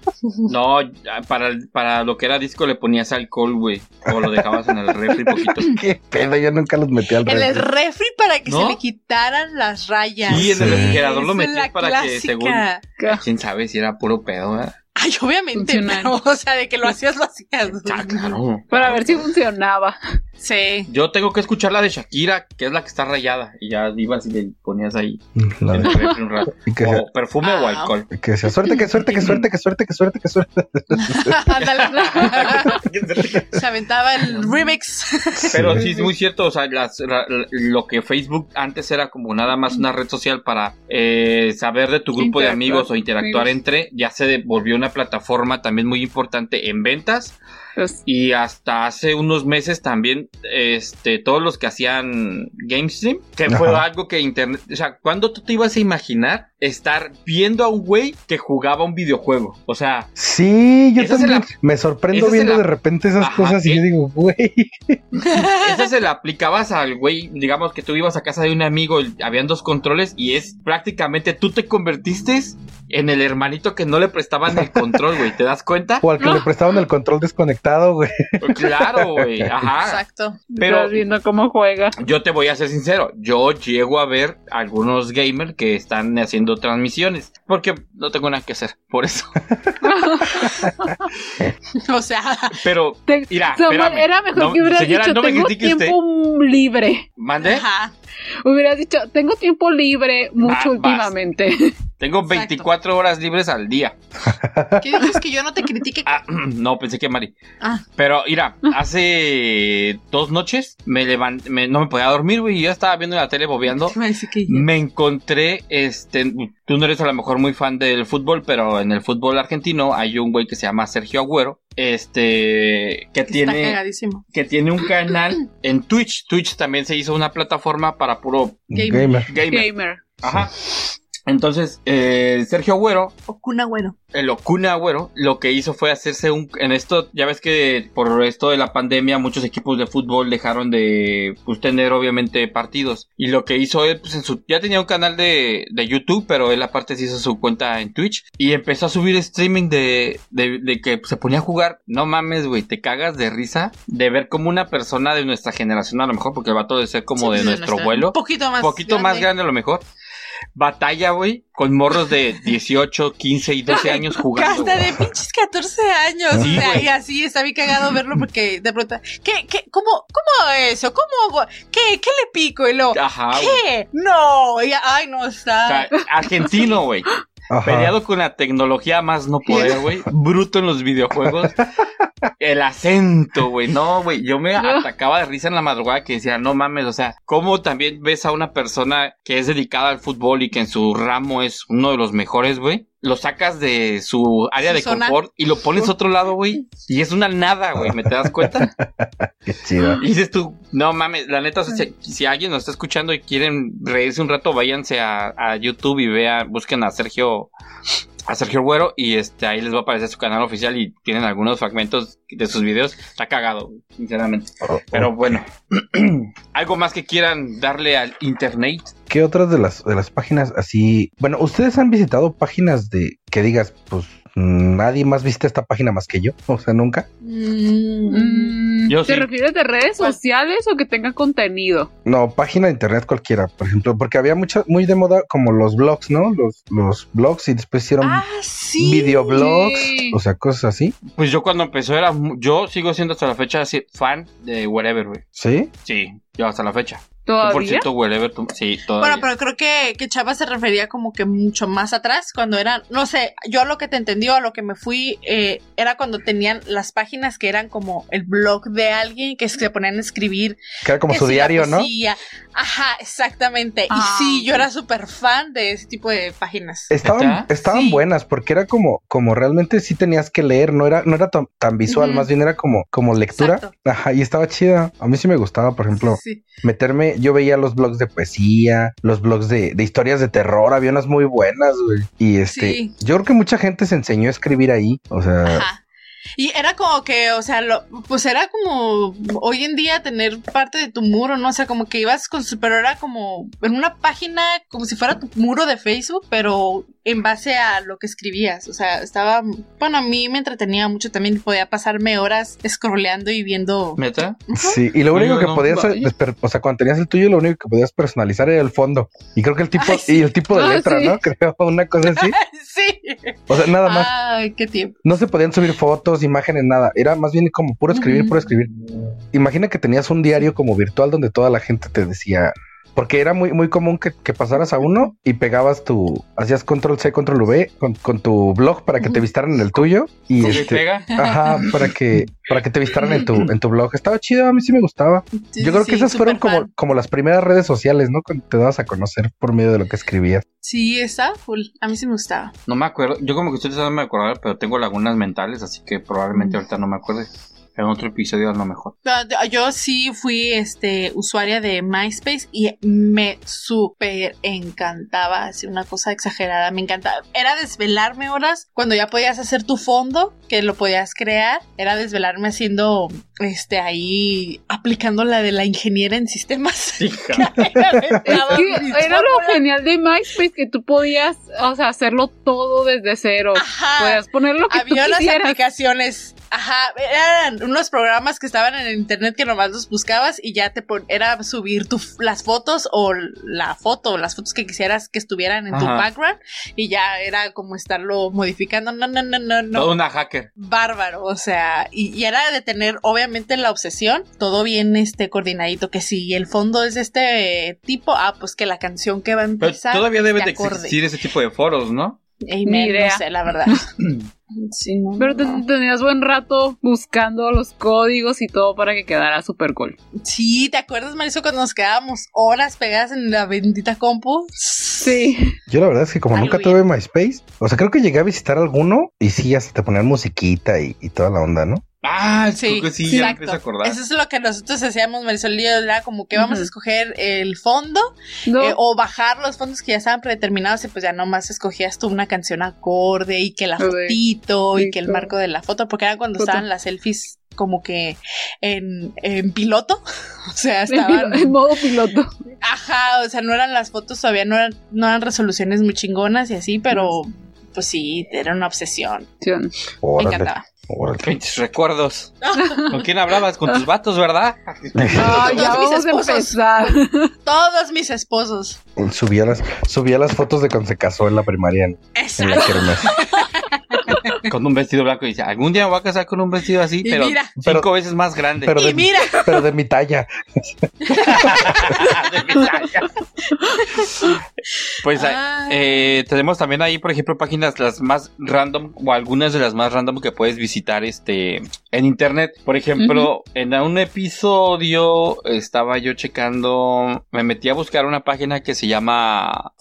No, ya para, el- para lo que era disco le ponías alcohol, güey. O lo dejabas en el refri
[laughs]
poquito.
[laughs] ¿Qué pedo? Yo nunca los metí al
En el
refri.
refri para que
¿No?
se le quitaran las rayas.
Sí, en el
Sí.
refrigerador lo
Esa es
metías
la
para que,
clásica.
según. Quién sabe si era puro pedo, eh? ¿verdad?
Ay, obviamente,
Funcional.
pero, o sea, de que lo hacías, lo hacías.
Ah, claro.
Para ver si funcionaba.
Sí. [laughs]
Yo tengo que escuchar la de Shakira, que es la que está rayada. Y ya ibas y le ponías ahí
La
en
de-
el refri un rato.
y [laughs] que,
O perfume o
Ah.
alcohol.
se- que sea suerte, que suerte, que suerte, que suerte, que suerte, que suerte.
[laughs]
Ándale. se aventaba el remix.
[laughs]
Pero sí, es muy cierto. O sea, las- la- la- lo que Facebook antes era como nada más una red social para eh, saber de tu grupo de
Interactuar.
amigos o interactuar
Amigos.
entre, ya se volvió una plataforma también muy importante en ventas.
Los-
Y hasta hace unos meses también, este, todos los que hacían game stream, que fue
Ajá.
algo que internet, o sea, ¿cuándo tú te ibas a imaginar estar viendo a un güey que jugaba un videojuego? O sea,
Sí, yo
Esa es
también
la-
me
esa
sorprendo
es
viendo
la-
de repente esas
Ajá,
cosas
¿eh?
y yo digo, güey,
eso se le aplicabas al güey, digamos que tú ibas a casa de un amigo, y habían dos controles y es prácticamente tú te convertiste en el hermanito que no le prestaban el control, güey, ¿te das cuenta?
o al que le prestaban el control desconectado, güey.
Claro, güey, ajá.
Exacto.
Pero-
Estás viendo cómo juega.
Yo te voy a ser sincero, yo llego a ver algunos gamers que están haciendo transmisiones, porque no tengo nada que hacer, por eso.
O sea,
Pero,
Te-
Mira,
Samuel,
espérame.
era mejor
No,
que hubieras
señora,
dicho,
no me ¿eh?
tengo
critique usted".
tiempo libre.
mande,
ajá.
Hubieras dicho, tengo tiempo libre mucho
Va-
últimamente.
tengo 24 horas libres al día.
¿Qué dices que yo no te critique?
Ah, [clears throat] no, pensé que Mari.
Ah.
Pero
[laughs]
mira, hace dos noches me levanté, no me podía dormir, güey, y yo estaba viendo la tele bobeando.
Me dice que yo-
Me encontré, este, tú no eres a lo mejor muy fan del fútbol, pero en el fútbol argentino hay un güey que se llama Sergio Agüero, este, que
Está
tiene
cagadísimo.
que tiene un
[clears throat]
canal en Twitch. Twitch también se hizo una plataforma para puro
Gamer.
Gamer.
gamer.
Gamer.
Ajá. Entonces, eh, Sergio Agüero,
O Kun Agüero.
el Ocuna Agüero, lo que hizo fue hacerse un... En esto, ya ves que por esto de la pandemia muchos equipos de fútbol dejaron de pues, tener obviamente partidos. Y lo que hizo él, pues en su... Ya tenía un canal de, de YouTube, pero él aparte se hizo su cuenta en Twitch. Y empezó a subir streaming de, de, de que se ponía a jugar. No mames, güey, te cagas de risa de ver como una persona de nuestra generación, a lo mejor, porque el vato de ser como
Sí, pues,
de nuestro
nuestra-
vuelo
Un poquito más.
poquito más grande a lo mejor. Batalla, güey, con morros de 18, 15 y 12 años jugando.
Hasta
güey.
de pinches 14 años.
Sí,
o sea,
güey.
y así está bien cagado verlo porque de pronto. ¿Qué, qué, cómo, cómo eso? ¿Cómo hago? ¿Qué, qué le pico? Y lo.
Ajá, Ah, güey.
¿Qué? No. y- ay, no
O
está.
sea, argentino, güey.
Ajá.
Peleado con la tecnología más no poder, güey. Bruto en los videojuegos. El acento, güey. No, güey. Yo me atacaba de risa en la madrugada que decía, no mames, o sea, ¿cómo también ves a una persona que es dedicada al fútbol y que en su ramo es uno de los mejores, güey? Lo sacas de su área
Su
de
zona.
confort y lo pones a otro lado, güey. Y es una nada, güey. ¿Me te das cuenta?
Qué chido.
Y [laughs] dices tú, no mames, la neta, o sea, si, si alguien nos está escuchando y quieren reírse un rato, váyanse a, a YouTube y vean, busquen a Sergio, a Sergio Güero y este, ahí les va a aparecer su canal oficial y tienen algunos fragmentos de sus videos. Está cagado, sinceramente. Pero bueno, [clears throat] algo más que quieran darle al internet.
¿Qué otras de las, de las páginas así? Bueno, ¿ustedes han visitado páginas de que digas, pues nadie más visita esta página más que yo? O sea, nunca.
Mm,
Mm,
Yo
¿Te
sí.
refieres de redes
¿Cuál?
sociales o que tenga contenido?
No, página de internet cualquiera, por ejemplo, porque había mucha, muy de moda como los blogs, ¿no? Los, los blogs y después hicieron
Ah, sí.
videoblogs,
Sí.
o sea, cosas así.
Pues yo cuando empezó era, mu- yo sigo siendo hasta la fecha así, fan de Whatever, güey.
Sí.
Sí, yo hasta la fecha. Por
¿Todavía?
cierto, wherever tú- Sí, todavía.
Bueno, pero creo que, que Chava se refería como que mucho más atrás, cuando eran, no sé, yo a lo que te entendí o a lo que me fui, eh, era cuando tenían las páginas que eran como el blog de alguien que se ponían a escribir.
Que era como
que pues
su
si la
diario, ¿no?
poesía. Ajá, exactamente.
Ah.
Y sí, yo era súper fan de ese tipo de páginas.
Estaban,
¿Neta?
estaban
Sí.
buenas porque era como, como realmente sí tenías que leer, no era, no era tan, tan visual,
Ujú.
más bien era como, como lectura.
Exacto.
Ajá, y estaba chida. A mí sí me gustaba, por ejemplo,
Sí.
meterme, yo veía los blogs de poesía, los blogs de, de historias de terror, había unas muy buenas, güey. Y este,
Sí.
yo creo que mucha gente se enseñó a escribir ahí, o sea,
Ajá. Y era como que, o sea, lo- pues era como hoy en día tener parte de tu muro, ¿no? O sea, como que ibas con su, pero era como en una página, como si fuera tu muro de Facebook, pero en base a lo que escribías. O sea, estaba, bueno, a mí me entretenía mucho también, podía pasarme horas scrolleando y viendo.
¿Meta?
sí, y lo único
Oye,
que
no,
podías,
vaya.
desper- o sea, cuando tenías el tuyo, lo único que podías personalizar era el fondo. Y creo que el tipo,
Ay, sí. Ah,
y el tipo de
Ah,
letra,
sí.
¿no? [laughs] Creo, una cosa así.
[laughs] Sí.
O sea, nada más.
Ay, qué tiempo.
No se podían subir fotos, imágenes, nada. Era más bien como puro escribir,
Ujú.
puro escribir. Imagina que tenías un diario como virtual donde toda la gente te decía. Porque era muy, muy común que, que pasaras a uno y pegabas tu. Hacías control C, control V con, con tu blog para que te
Ujú.
vistaran en el tuyo. Y
¿Copia y
este.
pega?
Ajá, para que, para que te vistaran en tu, en tu blog. Estaba chido, a mí sí me gustaba.
Sí,
Yo creo
sí,
que esas fueron
súper
como,
fan.
como las primeras redes sociales, ¿no? Cuando te dabas a conocer por medio de lo que escribías.
Sí, esa, full. A mí sí me gustaba.
No me acuerdo. Yo como que estoy tratando de acordar, pero tengo lagunas mentales, así que probablemente
Mm.
ahorita no me acuerde. En otro episodio a lo mejor.
No, yo- Ah, Yo sí fui este usuaria de MySpace y me súper encantaba, así una cosa exagerada, me encantaba. Era desvelarme horas cuando ya podías hacer tu fondo, que lo podías crear, era desvelarme haciendo este ahí aplicando la de la ingeniera en sistemas. [laughs] Era aventada
Que
mi
era lo
fórmula.
genial de MySpace que tú podías, o sea, hacerlo todo desde cero.
Ajá.
Podías [laughs] poner lo que tú
Había unas
quisieras.
aplicaciones, ajá, eran unos programas que estaban en el internet que nomás los buscabas y ya te pon- era subir tu, f- las fotos o la foto, las fotos que quisieras que estuvieran en tu
Ajá.
background y ya era como estarlo modificando, no, no, no, no, no.
Toda una hacker.
Bárbaro, o sea, y, y era de tener obviamente la obsesión, todo bien este coordinadito, que si el fondo es de este tipo, ah, pues que la canción que va a
Pero
empezar.
todavía debe de
acorde.
existir ese tipo de foros, ¿no? [clears throat]
Ey,
Ni
man,
idea.
No sé, la verdad. Sí, no,
Pero te-
no.
tenías buen rato buscando los códigos y todo para que quedara super cool.
Sí, ¿te acuerdas, Marisol, cuando nos quedábamos horas pegadas en la bendita compu?
Sí.
Yo la verdad es que como nunca
Aleluya.
tuve MySpace, o sea, creo que llegué a visitar alguno y sí, hasta te ponían musiquita y, y toda la onda, ¿no?
Ah, sí, creo que sí, ya me
exacto.
empiezo a acordar.
Eso es lo que nosotros hacíamos, Marisol y yo, era como que vamos a
Ujú.
escoger el fondo
[laughs] No,
eh, o bajar los fondos que ya estaban predeterminados y pues ya nomás escogías tú una canción acorde y que la
Sí.
fotito y
Sí,
que el
todo.
marco de la foto, porque era cuando
Foto.
estaban las selfies como que en, en piloto, [laughs] o
[laughs]
sea,
en pilo-
estaban...
en modo piloto.
Ajá, o sea, no eran las fotos, todavía no eran, no eran resoluciones muy chingonas y así, pero pues sí, era una obsesión. Me
Órale,
encantaba.
órale.
[laughs]
Pinches recuerdos. ¿Con quién hablabas? Con tus vatos, ¿verdad?
Ay,
Todos
ya
mis
vamos a
esposos. [laughs]
empezar.
Todos mis esposos.
Subía las, subía las fotos de cuando se casó en la primaria en, en la
Exacto.
kermés.
Con un vestido blanco y dice, algún día me voy a casar con un vestido así,
Y
pero
mira.
cinco
Pero-
veces más grande.
pero
Y
de-
mira,
pero de mi talla.
De mi talla. pues
Ay.
eh, tenemos también ahí, por ejemplo, páginas las más random o algunas de las más random que puedes visitar este en internet. Por ejemplo, en un episodio estaba yo checando, me metí a buscar una página que se llama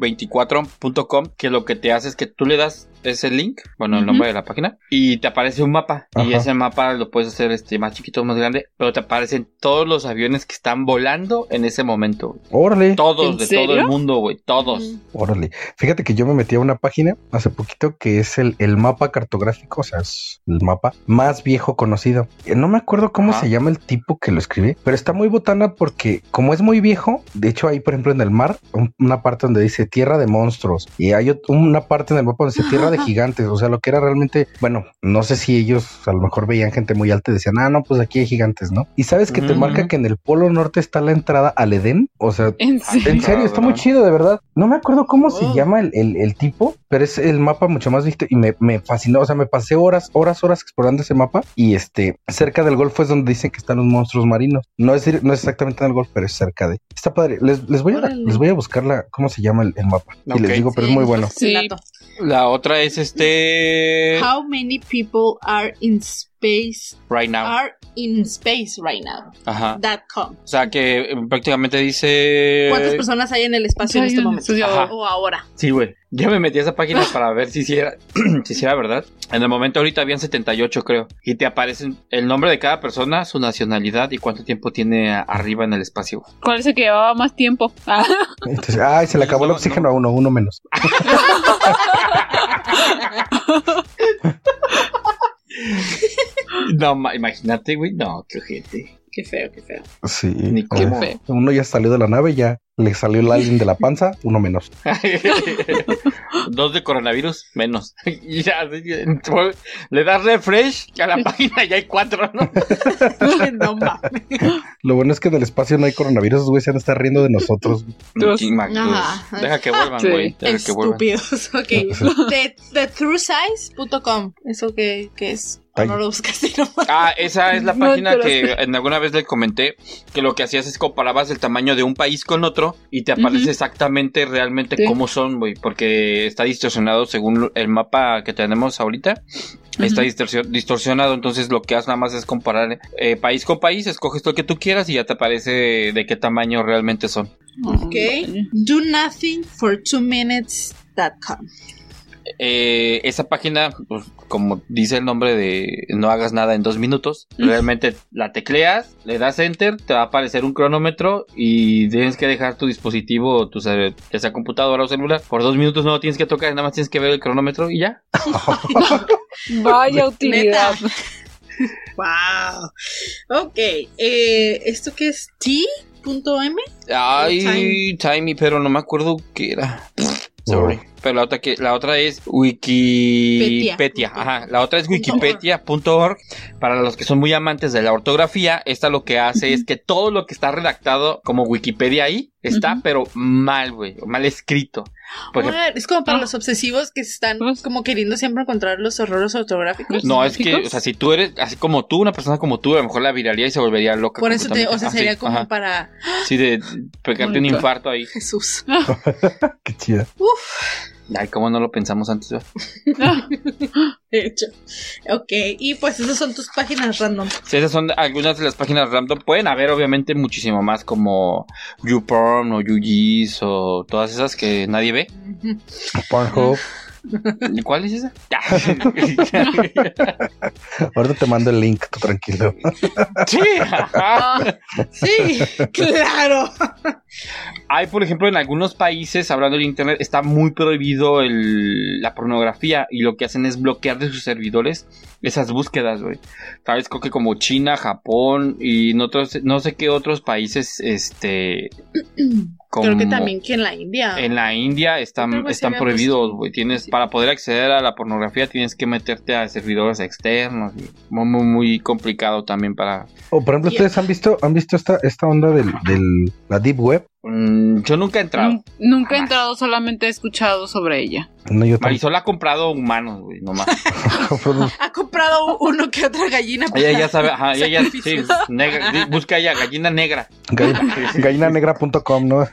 flyradar24.com, que lo que te hace es que tú le das ese link, bueno, el
Ujú.
nombre de la página, y te aparece un mapa. Y
Ajá.
ese mapa lo puedes hacer este más chiquito, más grande, pero te aparecen todos los aviones que están volando en ese momento. güey.
Órale,
Todos,
¿En
de todo
serio?
el mundo, güey, todos.
órale. Fíjate que yo me metí a una página hace poquito que es el, el mapa cartográfico, o sea, es el mapa más viejo conocido. Eh, No me acuerdo cómo
Ajá.
se llama el tipo que lo escribe, pero está muy botana porque como es muy viejo, de hecho hay por ejemplo en el mar un- una parte donde dice tierra de monstruos y hay ot- una parte en el mapa donde dice tierra
[laughs]
de de gigantes, o sea, lo que era realmente, bueno, no sé si ellos a lo mejor veían gente muy alta y decían, ah, no, pues aquí hay gigantes, ¿no? Y sabes que te
Mm.
marca que en el polo norte está la entrada al Edén, o sea,
En serio.
en serio, está muy chido, de verdad. No me acuerdo cómo se llama el, el- el tipo, pero es el mapa mucho más visto y me, me fascinó. O sea, me pasé horas, horas, horas explorando ese mapa. Y este, cerca del golfo es donde dicen que están los monstruos marinos. No es, dir- no es exactamente en el golfo, pero es cerca de. Está padre. Les, les voy, a,
Órale.
les voy a buscar la, cómo se llama el, el mapa. Y
Ok.
les digo, pero
Sí,
es muy
nos [laughs]
bueno.
pasas el
Sí.
dato.
La otra es este.
How many people are in space
Right now.
are in space right now?
Ajá.
Dot com.
O sea que eh, prácticamente dice.
¿Cuántas personas hay en el espacio en
Hay
este
en
momento?
estudio
Ajá.
O ahora.
Sí, güey. Yo me metí a esa página para ver si sí era, [clears throat] si sí era verdad. En el momento ahorita habían 78, creo. Y te aparecen el nombre de cada persona, su nacionalidad y cuánto tiempo tiene a- arriba en el espacio.
¿Cuál es el que llevaba más tiempo? [laughs] Ah,
Entonces, ay, se le acabó el
No,
oxígeno a uno, uno menos.
No, ma- imagínate, güey. No, qué gente. [laughs]
Qué feo, qué feo. [laughs]
Sí.
Ni
o sea,
cómo.
feo.
uno ya salió de la nave, ya le salió el alien de la panza, uno menos.
Dos de coronavirus, menos. [laughs] Y ya, así que, le das refresh y a la [laughs] página ya hay cuatro, ¿no?
no
[laughs]
mames.
Lo bueno es que del espacio no hay coronavirus, güey, se van a estar riendo de nosotros. [laughs]
Dos.
Ima- dos.
Ajá.
pues. Deja que vuelvan,
Sí.
güey. Deja que vuelvan.
Estúpidos. [laughs] Ok.
[laughs]
The, thetruesize.com. ¿Eso qué, qué es? ¿O
Ay.
no lo buscaste [laughs] nomás?
Ah, esa es la
[laughs] No,
página
pero
que en alguna vez le comenté que lo que hacías es comparabas el tamaño de un país con otro y te aparece
Ujú.
exactamente realmente
Sí.
cómo son, güey, porque está distorsionado según el mapa que tenemos ahorita. Está
Ujú.
distorsio- distorsionado, entonces lo que haces nada más es comparar eh, país con país, escoges lo que tú quieras y ya te aparece de qué tamaño realmente son.
Ok. Do nothing for two [laughs] minutes.com.
Eh, esa página, pues, como dice el nombre de no hagas nada en dos minutos, realmente la tecleas, le das enter, te va a aparecer un cronómetro y tienes que dejar tu dispositivo, tu, cel- ya sea computadora o celular, por dos minutos no lo tienes que tocar, nada más tienes que ver el cronómetro y ya.
Vaya utilidad.
Wow. Ok. eh, ¿Esto qué es? T.m.
Ay, Timey, pero no me acuerdo qué era. Sorry. Pero la otra, que, la otra es Wikipedia.
Petia.
Ajá. La otra es wikipedia.org. Para los que son muy amantes de la ortografía, esta lo que hace es que todo lo que está redactado como Wikipedia ahí está,
Ujú.
pero mal, güey. Mal escrito. Por ejemplo,
Ah, es como para
Ah.
los obsesivos que están
Pues-
como queriendo siempre encontrar los errores ortográficos.
no, es que,
¿chicos?
o sea, si tú eres así como tú, una persona como tú, a lo mejor la viraría y se volvería loca.
Por eso te,
completamente.
o sea,
Ah, sí,
sería como
ajá.
para
Sí, de pegarte un
Bonito.
infarto ahí.
Jesús.
Qué chida.
Uf,
Ay, cómo no lo pensamos antes. güey?
de hecho. Ok, y pues esas son tus páginas random.
Sí, esas son algunas de las páginas random. Pueden haber, obviamente, muchísimo más como YouPorn o YouGees o todas esas que nadie ve.
Ujú.
Pornhub.
¿Y ¿Cuál es esa?
[laughs]
[laughs]
Ahorita te mando el link, tú tranquilo.
[laughs]
sí.
Ah,
Sí, [laughs] claro.
Hay, por ejemplo, en algunos países, hablando del Internet, está muy prohibido el- la pornografía y lo que hacen es bloquear de sus servidores esas búsquedas, güey. Sabes, creo que como China, Japón y en otros, no sé qué otros países, este...
Creo que
como-
también que en la India.
En la India
Creo
están,
que sí
están
habíamos-
prohibidos, güey. Tienes,
sí.
para poder acceder a la pornografía tienes que meterte a servidores externos. y Muy, muy, muy complicado también para...
O por ejemplo,
Yeah.
ustedes han visto, han visto esta, esta onda del, del la deep web.
Mm, yo nunca he entrado.
nun- nunca he entrado, solamente he escuchado sobre ella.
No, yo tampoco.
Marisol ha comprado humanos, güey, nomás.
[laughs]
[laughs]
Ha comprado uno que otra gallina.
Ella ya sabe, ajá, ella ya, sí, pues,
Sacrificios.
negra- di- busca ella, gallina negra.
[laughs]
Gall- Gallinanegra.com, ¿no?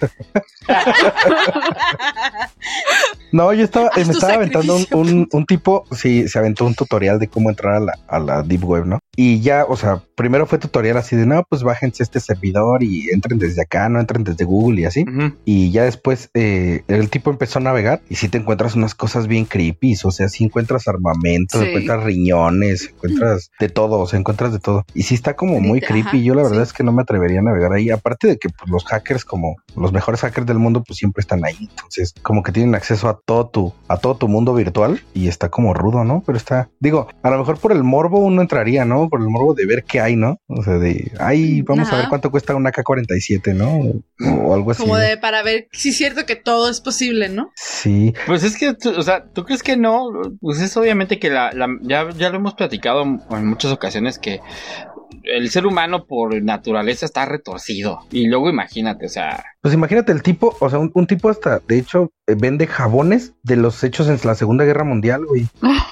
No, yo estaba,
Haz
me
tu
estaba aventando un,
sacrificio,
un- un tipo, sí, se aventó un tutorial de cómo entrar a la, a la Deep Web, ¿no? Y ya, o sea, primero fue tutorial así de, no, pues bájense este servidor y entren desde acá, no entren desde Google y así.
Ujú.
Y ya después eh, el tipo empezó a navegar y si te encuentras unas cosas bien creepy, o sea, si encuentras armamento,
Sí.
encuentras riñones, encuentras de todo, o sea, encuentras de todo. Y sí está como muy
Ahorita,
creepy,
ajá,
yo la verdad
sí.
es que no me atrevería a navegar ahí, aparte de que pues, los hackers como los mejores hackers del mundo pues siempre están ahí. Entonces, como que tienen acceso a todo tu, a todo tu mundo virtual y está como rudo, ¿no? Pero está, digo, a lo mejor por el morbo uno entraría, ¿no? Por el morbo de ver qué hay, ¿no? O sea, de, ay, vamos a
Ajá.
ver cuánto cuesta una K-47, ¿no? O, o algo así.
Como de para ver si es cierto que todo es posible, ¿no?
Sí,
Pues es que, tú- o sea, ¿tú crees que no? Pues es obviamente que la, la- ya, ya lo hemos platicado en muchas ocasiones que el ser humano por naturaleza está retorcido. Y luego imagínate, o sea,
Pues imagínate el tipo, o sea, un, un tipo hasta, de hecho, eh, vende jabones de los hechos en la Segunda Guerra Mundial, güey.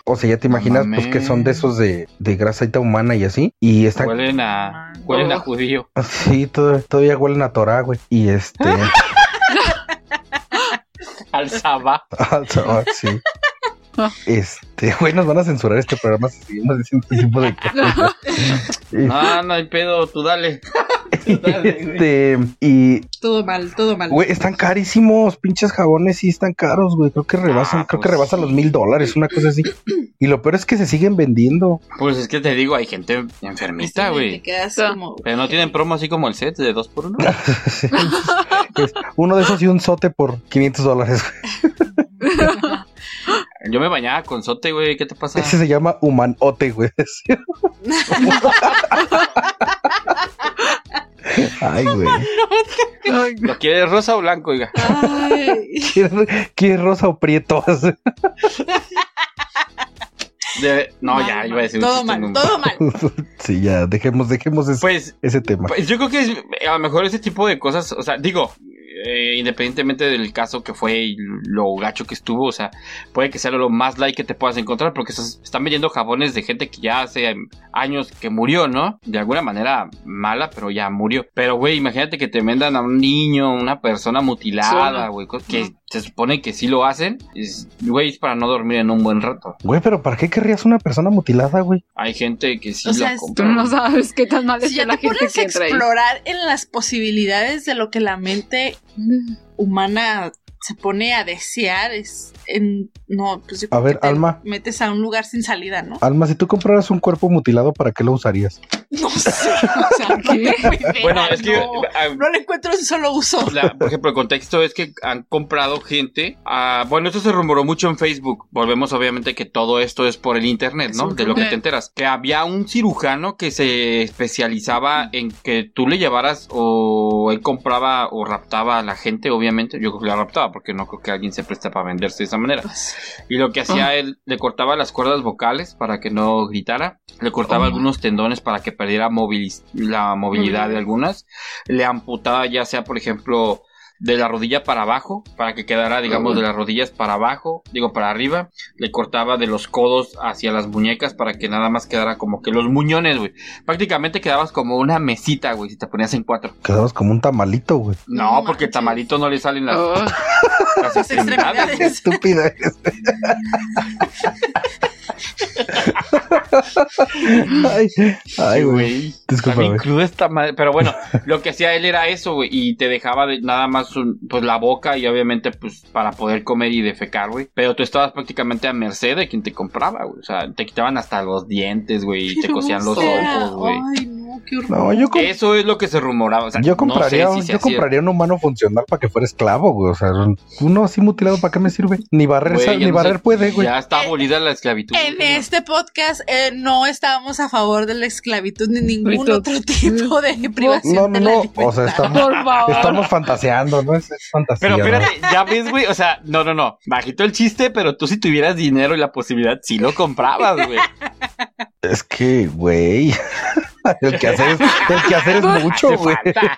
O sea, ya te
No
imaginas, pues, que son de
mames.
esos de, de grasita humana y así. Y está,
huelen
Ah,
a, huelen a
Oh.
judío.
[laughs] sí, todo- todavía huelen a Torah, güey. Y este, [laughs]
Al sabá.
alza- sí. Este, güey, nos van a censurar este programa si seguimos diciendo este tipo de cosas. Y- [laughs]
Ah, no hay pedo, tú dale. Tú dale, güey.
Este, y,
Todo mal, todo mal.
güey, están carísimos, pinches jabones, sí, están caros, güey. Creo que rebasan,
Ah,
creo que
pues
rebasan
sí.
los mil dólares, una
[clears throat]
cosa así. Y lo peor es que se siguen
[laughs]
vendiendo. [laughs]
Pues es que te digo, hay gente enfermita,
Este Te
güey.
quedas
Ah.
como.
Pero no tienen promo así como el set de 2
[laughs]
por 1
Sí. Es uno de esos y un sote por 500 dólares. güey.
Yo me bañaba con sote, güey. ¿Qué te pasa?
Ese se llama humanote, güey. [laughs] Sí. Ay, güey.
¿Lo quieres rosa o blanco, oiga?
Ay.
¿Quieres, quieres rosa o prieto?
De- [laughs] No,
Mal,
ya,
mal,
iba a decir un
Todo
chiste muy-
mal, todo mal.
[laughs] Sí, ya, dejemos, dejemos ese,
Pues
ese tema.
Pues yo creo que es, a lo mejor ese tipo de cosas, o sea, digo, eh, independientemente del caso que fue y lo gacho que estuvo, o sea, puede que sea lo más like que te puedas encontrar, porque estás- están vendiendo jabones de gente que ya hace años que murió, ¿no? De alguna manera mala, pero ya murió. Pero, güey, imagínate que te vendan a un niño, una persona mutilada, güey, co- que
No.
se supone que sí lo hacen, es- güey, es para no dormir en un buen rato.
Güey, pero ¿para qué querrías una persona mutilada, güey?
Hay gente que sí
O
lo
sea, es-
Tú
compra.
no sabes qué tan
[laughs]
mal
Si
está
ya
la
te
gente
pones a
que entra ahí.
explorar en las posibilidades de lo que la mente
[laughs]
humana se pone a desear, es. En, no, pues yo creo
A ver,
que te
Alma.
Metes a un lugar sin salida,
[laughs]
¿no?
Alma, si tú compraras un cuerpo mutilado, ¿para qué lo usarías?
No sé. O sea, no tengo idea,
[laughs] Bueno, es que...
no.
ah,
No le encuentro un solo uso.
La- por ejemplo, el contexto es que han comprado gente. ah, bueno, esto se rumoró mucho en Facebook. Volvemos, obviamente, que todo esto es por el internet,
Es
¿no?
un
De lo que
rumor.
te enteras. Que había un cirujano que se especializaba en que tú le llevaras o él compraba o raptaba a la gente, obviamente. Yo creo que la raptaba porque no creo que alguien se presta para venderse de esa manera. Y lo que hacía él, le cortaba las cuerdas vocales para que no gritara, le cortaba
Oh.
algunos tendones para que perdiera movilis- la movilidad de algunas, le amputaba ya sea, por ejemplo, de la rodilla para abajo, para que quedara, digamos, de las rodillas para abajo, digo, para arriba, le cortaba de los codos hacia las muñecas para que nada más quedara como que los muñones, güey. Prácticamente quedabas como una mesita, güey, si te ponías en cuatro.
Quedabas como un
[laughs]
tamalito, güey.
No,
No
porque el
manches.
tamalito no le salen las,
Oh,
las
Las
extremidades.
Qué
extremidades.
estúpida eres. ay, ay,
Sí, Está
güey.
bien
Discúlpame.
cruda esta madre. Pero bueno, lo que hacía él era eso, güey. Y te dejaba de- nada más un- pues la boca y obviamente pues para poder comer y defecar, güey. Pero tú estabas prácticamente a merced de quien te compraba, güey. O sea, te quitaban hasta los dientes, güey. Y te cosían los
O sea,
ojos, güey.
Ay, no, qué horror.
No, yo, com-
Eso es lo que se rumoraba. O sea,
yo
no sé
compraría,
si sea
yo compraría un humano funcional para que fuera esclavo, güey. O sea, un- uno así mutilado, ¿para qué me sirve? Ni barrer,
Güey,
sa-
ya
ni
no
barrer
sé.
puede,
cierto.
güey.
Ya está abolida la esclavitud.
En
güey.
este podcast eh, no estábamos a favor de la esclavitud ni ningún
Ahorita-
otro tipo de privación
No,
de
no,
la
no.
libertad.
O sea, estamos,
por favor.
estamos fantaseando, ¿no? Es, es fantasía.
Pero
¿no?
espérate, ya ves, güey, o sea, no, no, no, bajito el chiste, pero tú si tuvieras dinero y la posibilidad, sí lo comprabas, güey.
Es que, güey. [laughs] El que hacer es, el que hacer es [laughs] mucho,
Hace
güey.
falta.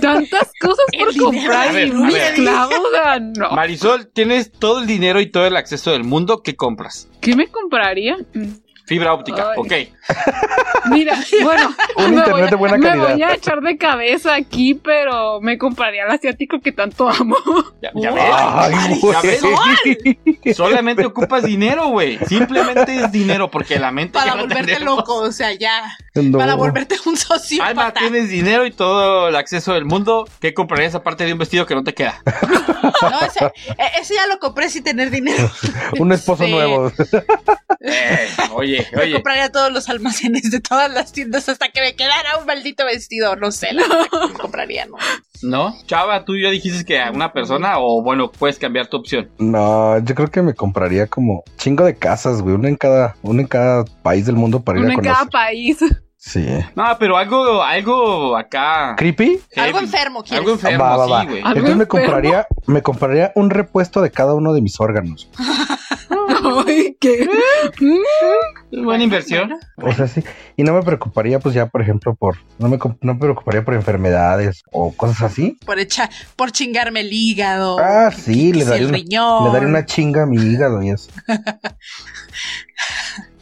Tantas cosas
El
por
dinero
comprar
de
y un
Luis.
esclavo. o sea, No.
Marisol, tienes todo el dinero y todo el acceso del mundo que compras.
¿Qué me compraría? Mm.
Fibra óptica,
Ay.
ok.
[laughs]
Mira, bueno,
Un
me
internet
voy a-
de buena
Me voy
calidad.
a echar de cabeza aquí, pero me compraría al asiático que tanto amo.
Ya, ya
Wow.
ves.
Ay,
Ya ves,
[laughs] güey.
Solamente ocupas dinero, güey. Simplemente es dinero, porque la mente
Para
[laughs] ya la
volverte
tenemos.
loco, o sea, ya.
No.
Para volverte un [laughs]
Alma,
sociópata.
tienes dinero y todo el acceso del mundo. ¿Qué comprarías aparte de un vestido que no te queda?
No, o sea, eh, ese ya lo compré sin tener
[laughs]
dinero.
Un esposo
Sí.
nuevo.
Eh, oye,
Lo
oye.
compraría a todos los almacenes de todas las tiendas hasta que me quedara un maldito vestido. No sé, la verdad que lo compraría, ¿no?
¿No? Chava, tú ya dijiste que a una persona o bueno, puedes cambiar tu opción.
No, yo creo que me compraría como chingo de casas, güey. Una en cada, una en cada país del mundo para
[laughs]
ir
Uno
a
en
conocer.
cada país. [laughs]
Sí.
No, pero algo, algo acá.
¿Creepy?
Algo
heavy.
enfermo, ¿quieres?
Algo enfermo,
Va, va, va.
sí, güey.
¿Algo
Entonces me
enfermo?
compraría, me compraría un repuesto de cada uno de mis órganos.
Ay,
[laughs]
¿qué?
Buena inversión.
O sea, sí. Y no me preocuparía, pues ya, por ejemplo, por. No me, com- no me preocuparía por enfermedades o cosas así.
Por, echa, por chingarme el hígado.
Ah,
que-
sí,
que
le
si
daría
el
una-
riñón.
Le daría una chinga a mi hígado y eso.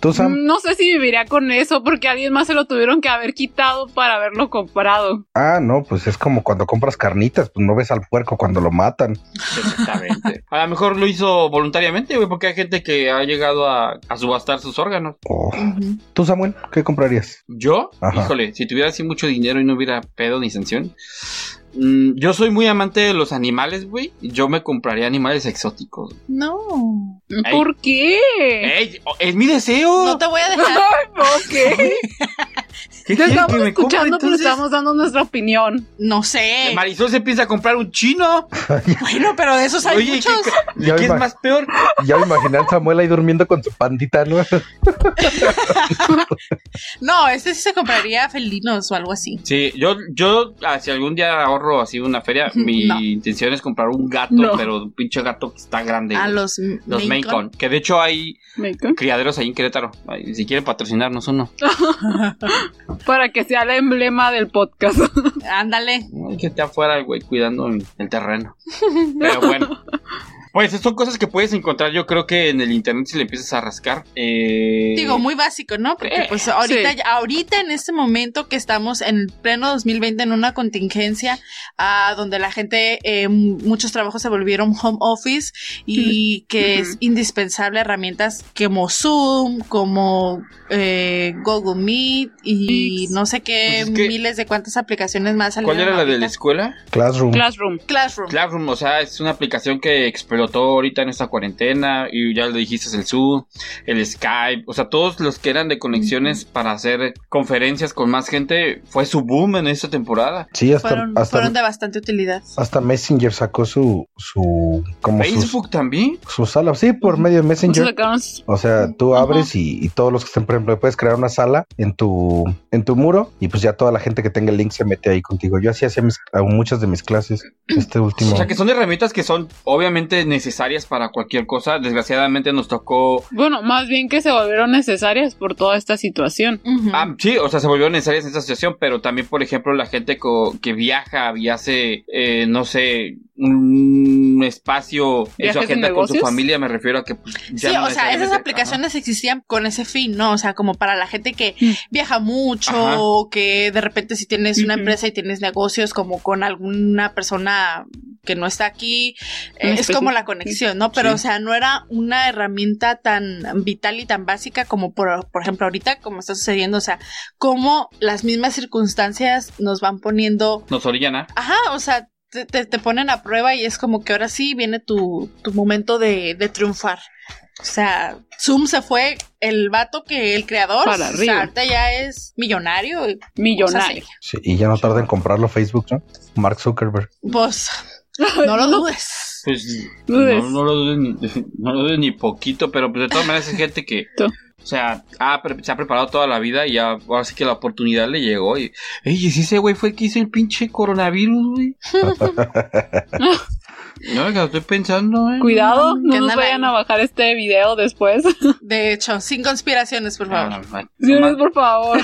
Tú, Sam.
No sé si viviría con eso porque a alguien más se lo tuvieron que haber quitado para haberlo comprado.
Ah, no, pues es como cuando compras carnitas, pues no ves al puerco cuando lo matan.
Exactamente. A lo mejor lo hizo voluntariamente, güey, porque hay gente que ha llegado a, a subastar sus órganos.
Oh.
Ujú.
Tú, Samuel, ¿qué comprarías?
Yo,
Ajá.
híjole, si tuviera así mucho dinero y no hubiera pedo ni sanción. mm, yo soy muy amante de los animales, güey. Yo me compraría animales exóticos.
No.
Ay.
¿Por qué?
¡Ey! oh, ¡Es mi deseo!
Eh. No te voy a dejar.
Ay, [laughs]
[laughs]
ok.
¿Qué
Te
quieres
estamos
que me compre,
escuchando,
pues,
pero
entonces?
estamos dando nuestra opinión.
No [laughs] sé.
Marisol se piensa comprar un chino.
Bueno, pero de esos Pues hay
Oye, ¿qué,
muchos.
ca-
Ya
qué
me
es
imag-
más peor?
Ya me imaginé a Samuel ahí durmiendo con su pandita, ¿no?
No, este sí se compraría felinos o algo así.
Sí, yo, yo, ah, si algún día ahorro así una
[laughs]
feria, mi
No.
intención es comprar un gato,
No.
pero un pinche gato que está grande.
A
güey.
los,
Los Maine
Maine
Coon, que de hecho hay
Michael.
criaderos ahí en Querétaro. Ay, Si quieren patrocinarnos uno.
Para que sea el emblema
[laughs]
del podcast.
Coon. [laughs] Ándale.
Ay, que esté afuera el güey cuidando el
[laughs]
el terreno. Pero bueno. Pues son cosas que puedes encontrar, yo creo que en el internet si le empiezas a rascar. eh,
Digo, muy básico, ¿no? Porque
Eh,
pues ahorita,
sí.
ahorita en este momento que estamos en pleno 2020 en una contingencia ah, donde la gente, eh, m- muchos trabajos se volvieron home office y que es
Ujú.
indispensable herramientas como Zoom, como eh, Google Meet y
Mix.
no sé qué,
Pues es que-
miles de cuántas aplicaciones más
¿Cuál
salieron
era la de la
ahorita.
escuela?
[laughs] Classroom.
Classroom.
Classroom?
Classroom, o sea, es una aplicación que explotó ahorita en esta cuarentena y ya lo dijiste, el Zoom, el Skype, o sea, todos los que eran de conexiones para hacer conferencias con más gente, fue su boom en esta temporada.
Sí, hasta,
fueron,
hasta,
fueron de bastante utilidad.
hasta Messenger sacó su, su, como sus,
Facebook también.
su sala. Sí, por medio de
Muchos
Messenger.
sacaron
O sea, tú
Ajá.
abres y, y todos los que estén, por ejemplo, puedes crear una sala en tu, en tu muro y pues ya toda la gente que tenga el link se mete ahí contigo. Yo así hacía mis- a muchas de mis clases este último.
O sea, que son herramientas que son obviamente necesarias para cualquier cosa. Desgraciadamente nos tocó...
Bueno, más bien que se volvieron necesarias por toda esta situación.
Ujú.
Ah, sí, o sea, se volvieron necesarias en esta situación, pero también, por ejemplo, la gente co- que viaja y hace, eh, no sé, un espacio en su
¿Viajes de
agenda con su
negocios?
familia, me refiero a que... Pues,
sí,
ya no
o sea,
necesariamente-
esas
ajá.
aplicaciones existían con ese fin, ¿no? O sea, como para la gente que
Mm.
viaja mucho,
Ajá.
o que de repente si tienes una
Ujú.
empresa y tienes negocios como con alguna persona que no está aquí,
En
eh, es como
específico.
la conexión, ¿no? Pero,
Sí.
o sea, no era una herramienta tan vital y tan básica como, por, por ejemplo, ahorita, como está sucediendo, o sea, cómo las mismas circunstancias nos van poniendo
Nos orillan a...
Ajá, o sea, te, te- te ponen a prueba y es como que ahora sí viene tu, tu momento de, de triunfar. O sea, Zoom se fue el vato que el creador.
Para
o sea,
arriba.
ahorita ya es millonario. y cosas
Millonario.
así.
Sí, y ya no tarda en comprarlo Facebook, ¿no? Mark Zuckerberg.
Pues,
[laughs]
no lo dudes.
Pues
Dudes.
no, no lo dudo ni, [laughs] no lo dudo ni poquito, pero pues de todas maneras es gente que,
Tú.
o sea, ha pre- se ha preparado toda la vida y ya, ahora sí que la oportunidad le llegó. Y, Ey, ¿y si ese güey fue el que hizo el pinche coronavirus, güey. No, lo estoy pensando, eh.
Cuidado,
Que
no nos
andan
vayan
ahí.
a bajar este video después. [laughs]
De hecho, sin conspiraciones, por favor.
Ah, no, no, no, no,
Señores,
[laughs]
por favor.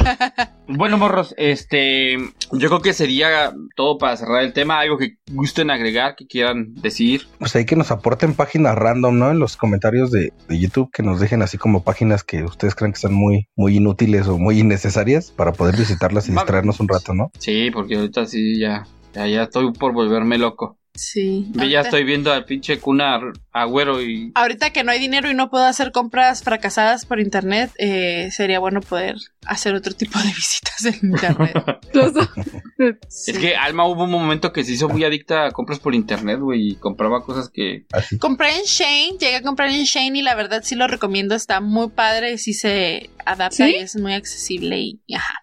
Bueno, morros, este, yo creo que sería todo para cerrar el tema. Algo que gusten agregar, que quieran decir.
Pues ahí que nos aporten páginas random, ¿no? En los comentarios de, de YouTube, que nos dejen así como páginas que ustedes crean que son muy, muy inútiles o muy innecesarias para poder visitarlas y
Vamos.
distraernos un rato, ¿no?
Sí, porque ahorita sí ya, ya, ya estoy por volverme loco.
Sí.
Yo ya estoy viendo al pinche cuna agüero y
Ahorita que no hay dinero y no puedo hacer compras fracasadas por internet, eh, sería bueno poder hacer otro tipo de [laughs] visitas en internet.
Entonces,
[laughs] Es que Alma hubo un momento que se hizo muy adicta a compras por internet, güey, y compraba cosas que...
Así.
Compré en Shane, llegué a comprar en Shane y la verdad sí lo recomiendo, está muy padre, sí se adapta
¿Sí?
y es muy accesible y ajá.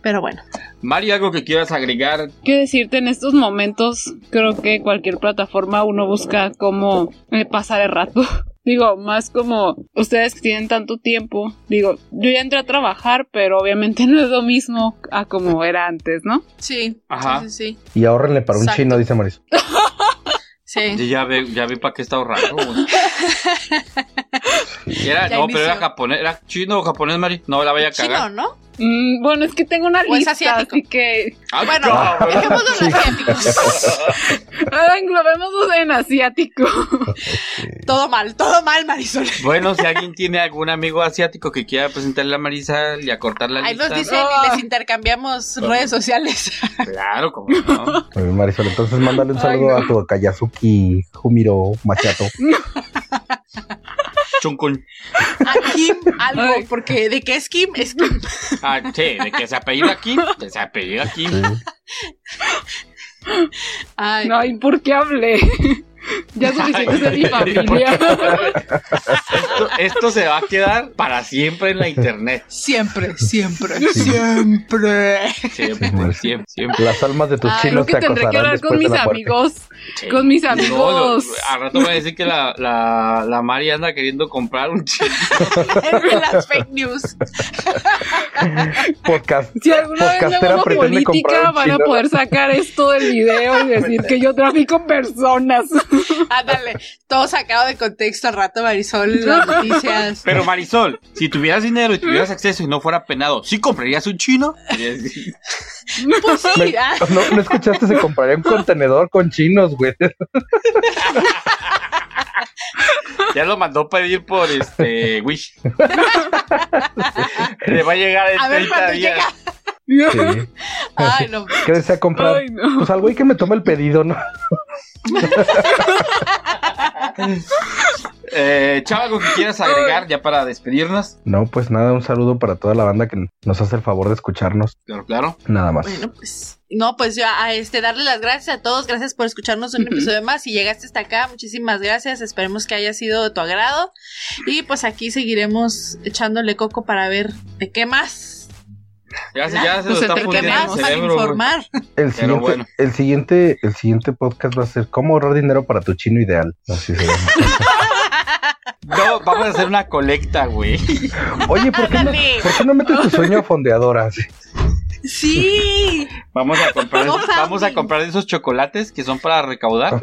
Pero bueno,
Mari, algo que quieras agregar.
¿Qué decirte? En estos momentos creo que cualquier plataforma uno busca cómo eh, pasar el rato. [laughs] Digo, más como ustedes que tienen tanto tiempo. Digo, yo ya entré a trabajar, pero obviamente [laughs] no es lo mismo a como era antes, ¿no?
Sí,
Ajá.
sí, sí.
Y ahorrenle para un
Exacto.
chino, dice Mauricio.
Sí.
Yo ya ve, ya vi para qué está
[laughs]
ahorrando. güey. Y era-
Ya
no, pero era
inició.
japonés, era chino o japonés, Mari. No la vaya a
Chino,
cagar.
¿no?
Mm, bueno, es que tengo una
O es
lista,
asiático.
así que
Ay,
Bueno,
cabrón.
dejémoslo en asiáticos.
ahora ah, englobemos en asiático.
Eh,
Todo mal, todo mal, Marisol.
Bueno, si alguien tiene algún amigo asiático que quiera presentarle a Marisa y acortar la
Ahí
lista.
nos dicen y les intercambiamos redes sociales. [laughs]
Claro, como no.
Muy bien, Marisol, entonces mándale un
Ay,
saludo
no.
a tu Kayazuki, Jumiro,
[laughs]
Machato.
Chuncun.
A Kim algo,
Ay.
porque de qué es Kim, es Kim.
Ah, sí, de que se apellida Kim, que se apellida Kim.
Sí.
[laughs] Ay,
No, ¿y por qué hablé? [laughs] ya es suficiente ser
[laughs]
mi familia.
Esto, esto se va a quedar para siempre en la internet.
Siempre, siempre,
Sí.
siempre. [laughs]
Siempre,
Sí, Marisa.
siempre, siempre.
Las almas de tus
Ay,
Ah, Creo
chinos te
que tendré que
acosarán
hablar con
después de
mis
la muerte.
amigos.
Sí.
Con mis
No, no,
amigos.
a rato voy a decir que la, la, la Mari anda queriendo comprar un chino.
Entre las fake news.
[laughs]
Podcast.
Si alguna vez me
Podcastera
vuelvo
pretende comprar
política,
un
van a
chino.
poder sacar esto del video y decir que yo trafico personas.
Ándale, todo sacado de contexto al rato, Marisol, las noticias.
Pero Marisol, si tuvieras dinero y tuvieras acceso y no fuera penado, ¿sí comprarías un chino?
Pues sí,
Me-
ah,
no, ¿no escuchaste, se compraría un contenedor con chinos,
[laughs]
güey.
Ya lo mandó pedir por este Wish. Le va a llegar en
A ver
30
cuándo
días.
llega.
Sí.
ah, Ay, no.
¿Qué desea
[laughs]
comprar?
Ay, no.
Pues al güey que me tome el pedido, ¿no?
Eh, Chava, algo que quieras agregar ya para despedirnos.
No, pues nada, un saludo para toda la banda que nos hace el favor de escucharnos.
Claro, claro.
Nada más.
Bueno, pues. No, pues yo a este darle las gracias a todos, gracias por escucharnos un
Ujú.
episodio más. Si llegaste hasta acá, muchísimas gracias. Esperemos que haya sido de tu agrado. Y pues aquí seguiremos echándole coco para ver de qué más,
Ya, se- ya se nos
Pues
está
entre
de qué
fundiendo el
más para
cerebro. güey.
informar.
El siguiente,
bueno.
el siguiente, el siguiente podcast va a ser cómo ahorrar dinero para tu chino ideal. Así se
[laughs]
llama.
No, vamos a hacer una colecta, güey.
Oye, ¿por qué, no,
Ándale.
¿por qué no metes tu sueño a fondeadora? Sí.
[laughs] Sí,
Vamos a comprar,
No,
vamos a
Sandy.
comprar esos chocolates que son para recaudar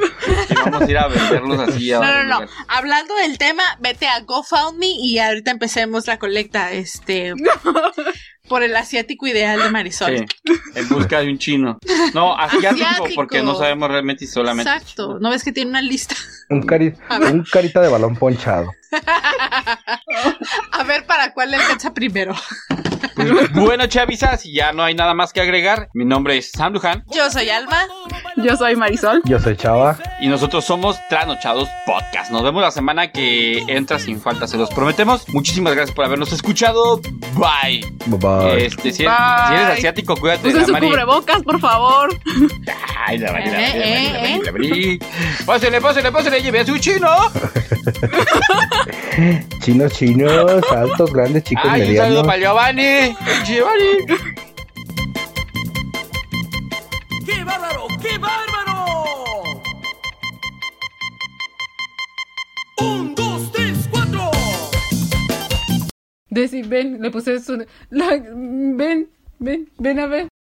y vamos a ir a venderlos así. A
no, no, no.
lugar.
Hablando del tema, vete a GoFundMe y ahorita empecemos la colecta, este, por el asiático ideal de Marisol.
Sí, en busca de un chino. No, asiático,
Asiático.
porque no sabemos realmente si solamente. es
Exacto, ¿no ves que tiene una lista? [laughs]
Un, cari-
A ver.
un carita de balón ponchado.
A ver para cuál le alcanza primero.
Bueno, chavisas, y ya no hay nada más que agregar. Mi nombre es Sam Luján
Yo soy Alma.
Yo soy Marisol.
Yo soy Chava.
y nosotros somos Trasnochados Podcast. Nos vemos la semana que entra sin falta, se los prometemos. Muchísimas gracias por habernos escuchado. Bye.
Bye bye.
Este, si,
Bye.
si eres asiático, cuídate de
Usen
la
su
Mari.
cubrebocas, por favor.
Ay, la Mari, la Mari, la Mari, la
Eh,
Mari, la Mari. Pásele, pásele, pásele, lleve a su chino.
Chinos, chinos, altos, grandes, chicos,
Ay, un saludo
medianos.
para Giovanni. Giovanni.
¡Qué bárbaro! ¡Qué bárbaro! ¡Un, dos, tres, cuatro!
Decir, ven, le puse su. la- ven, ven, ven a ver.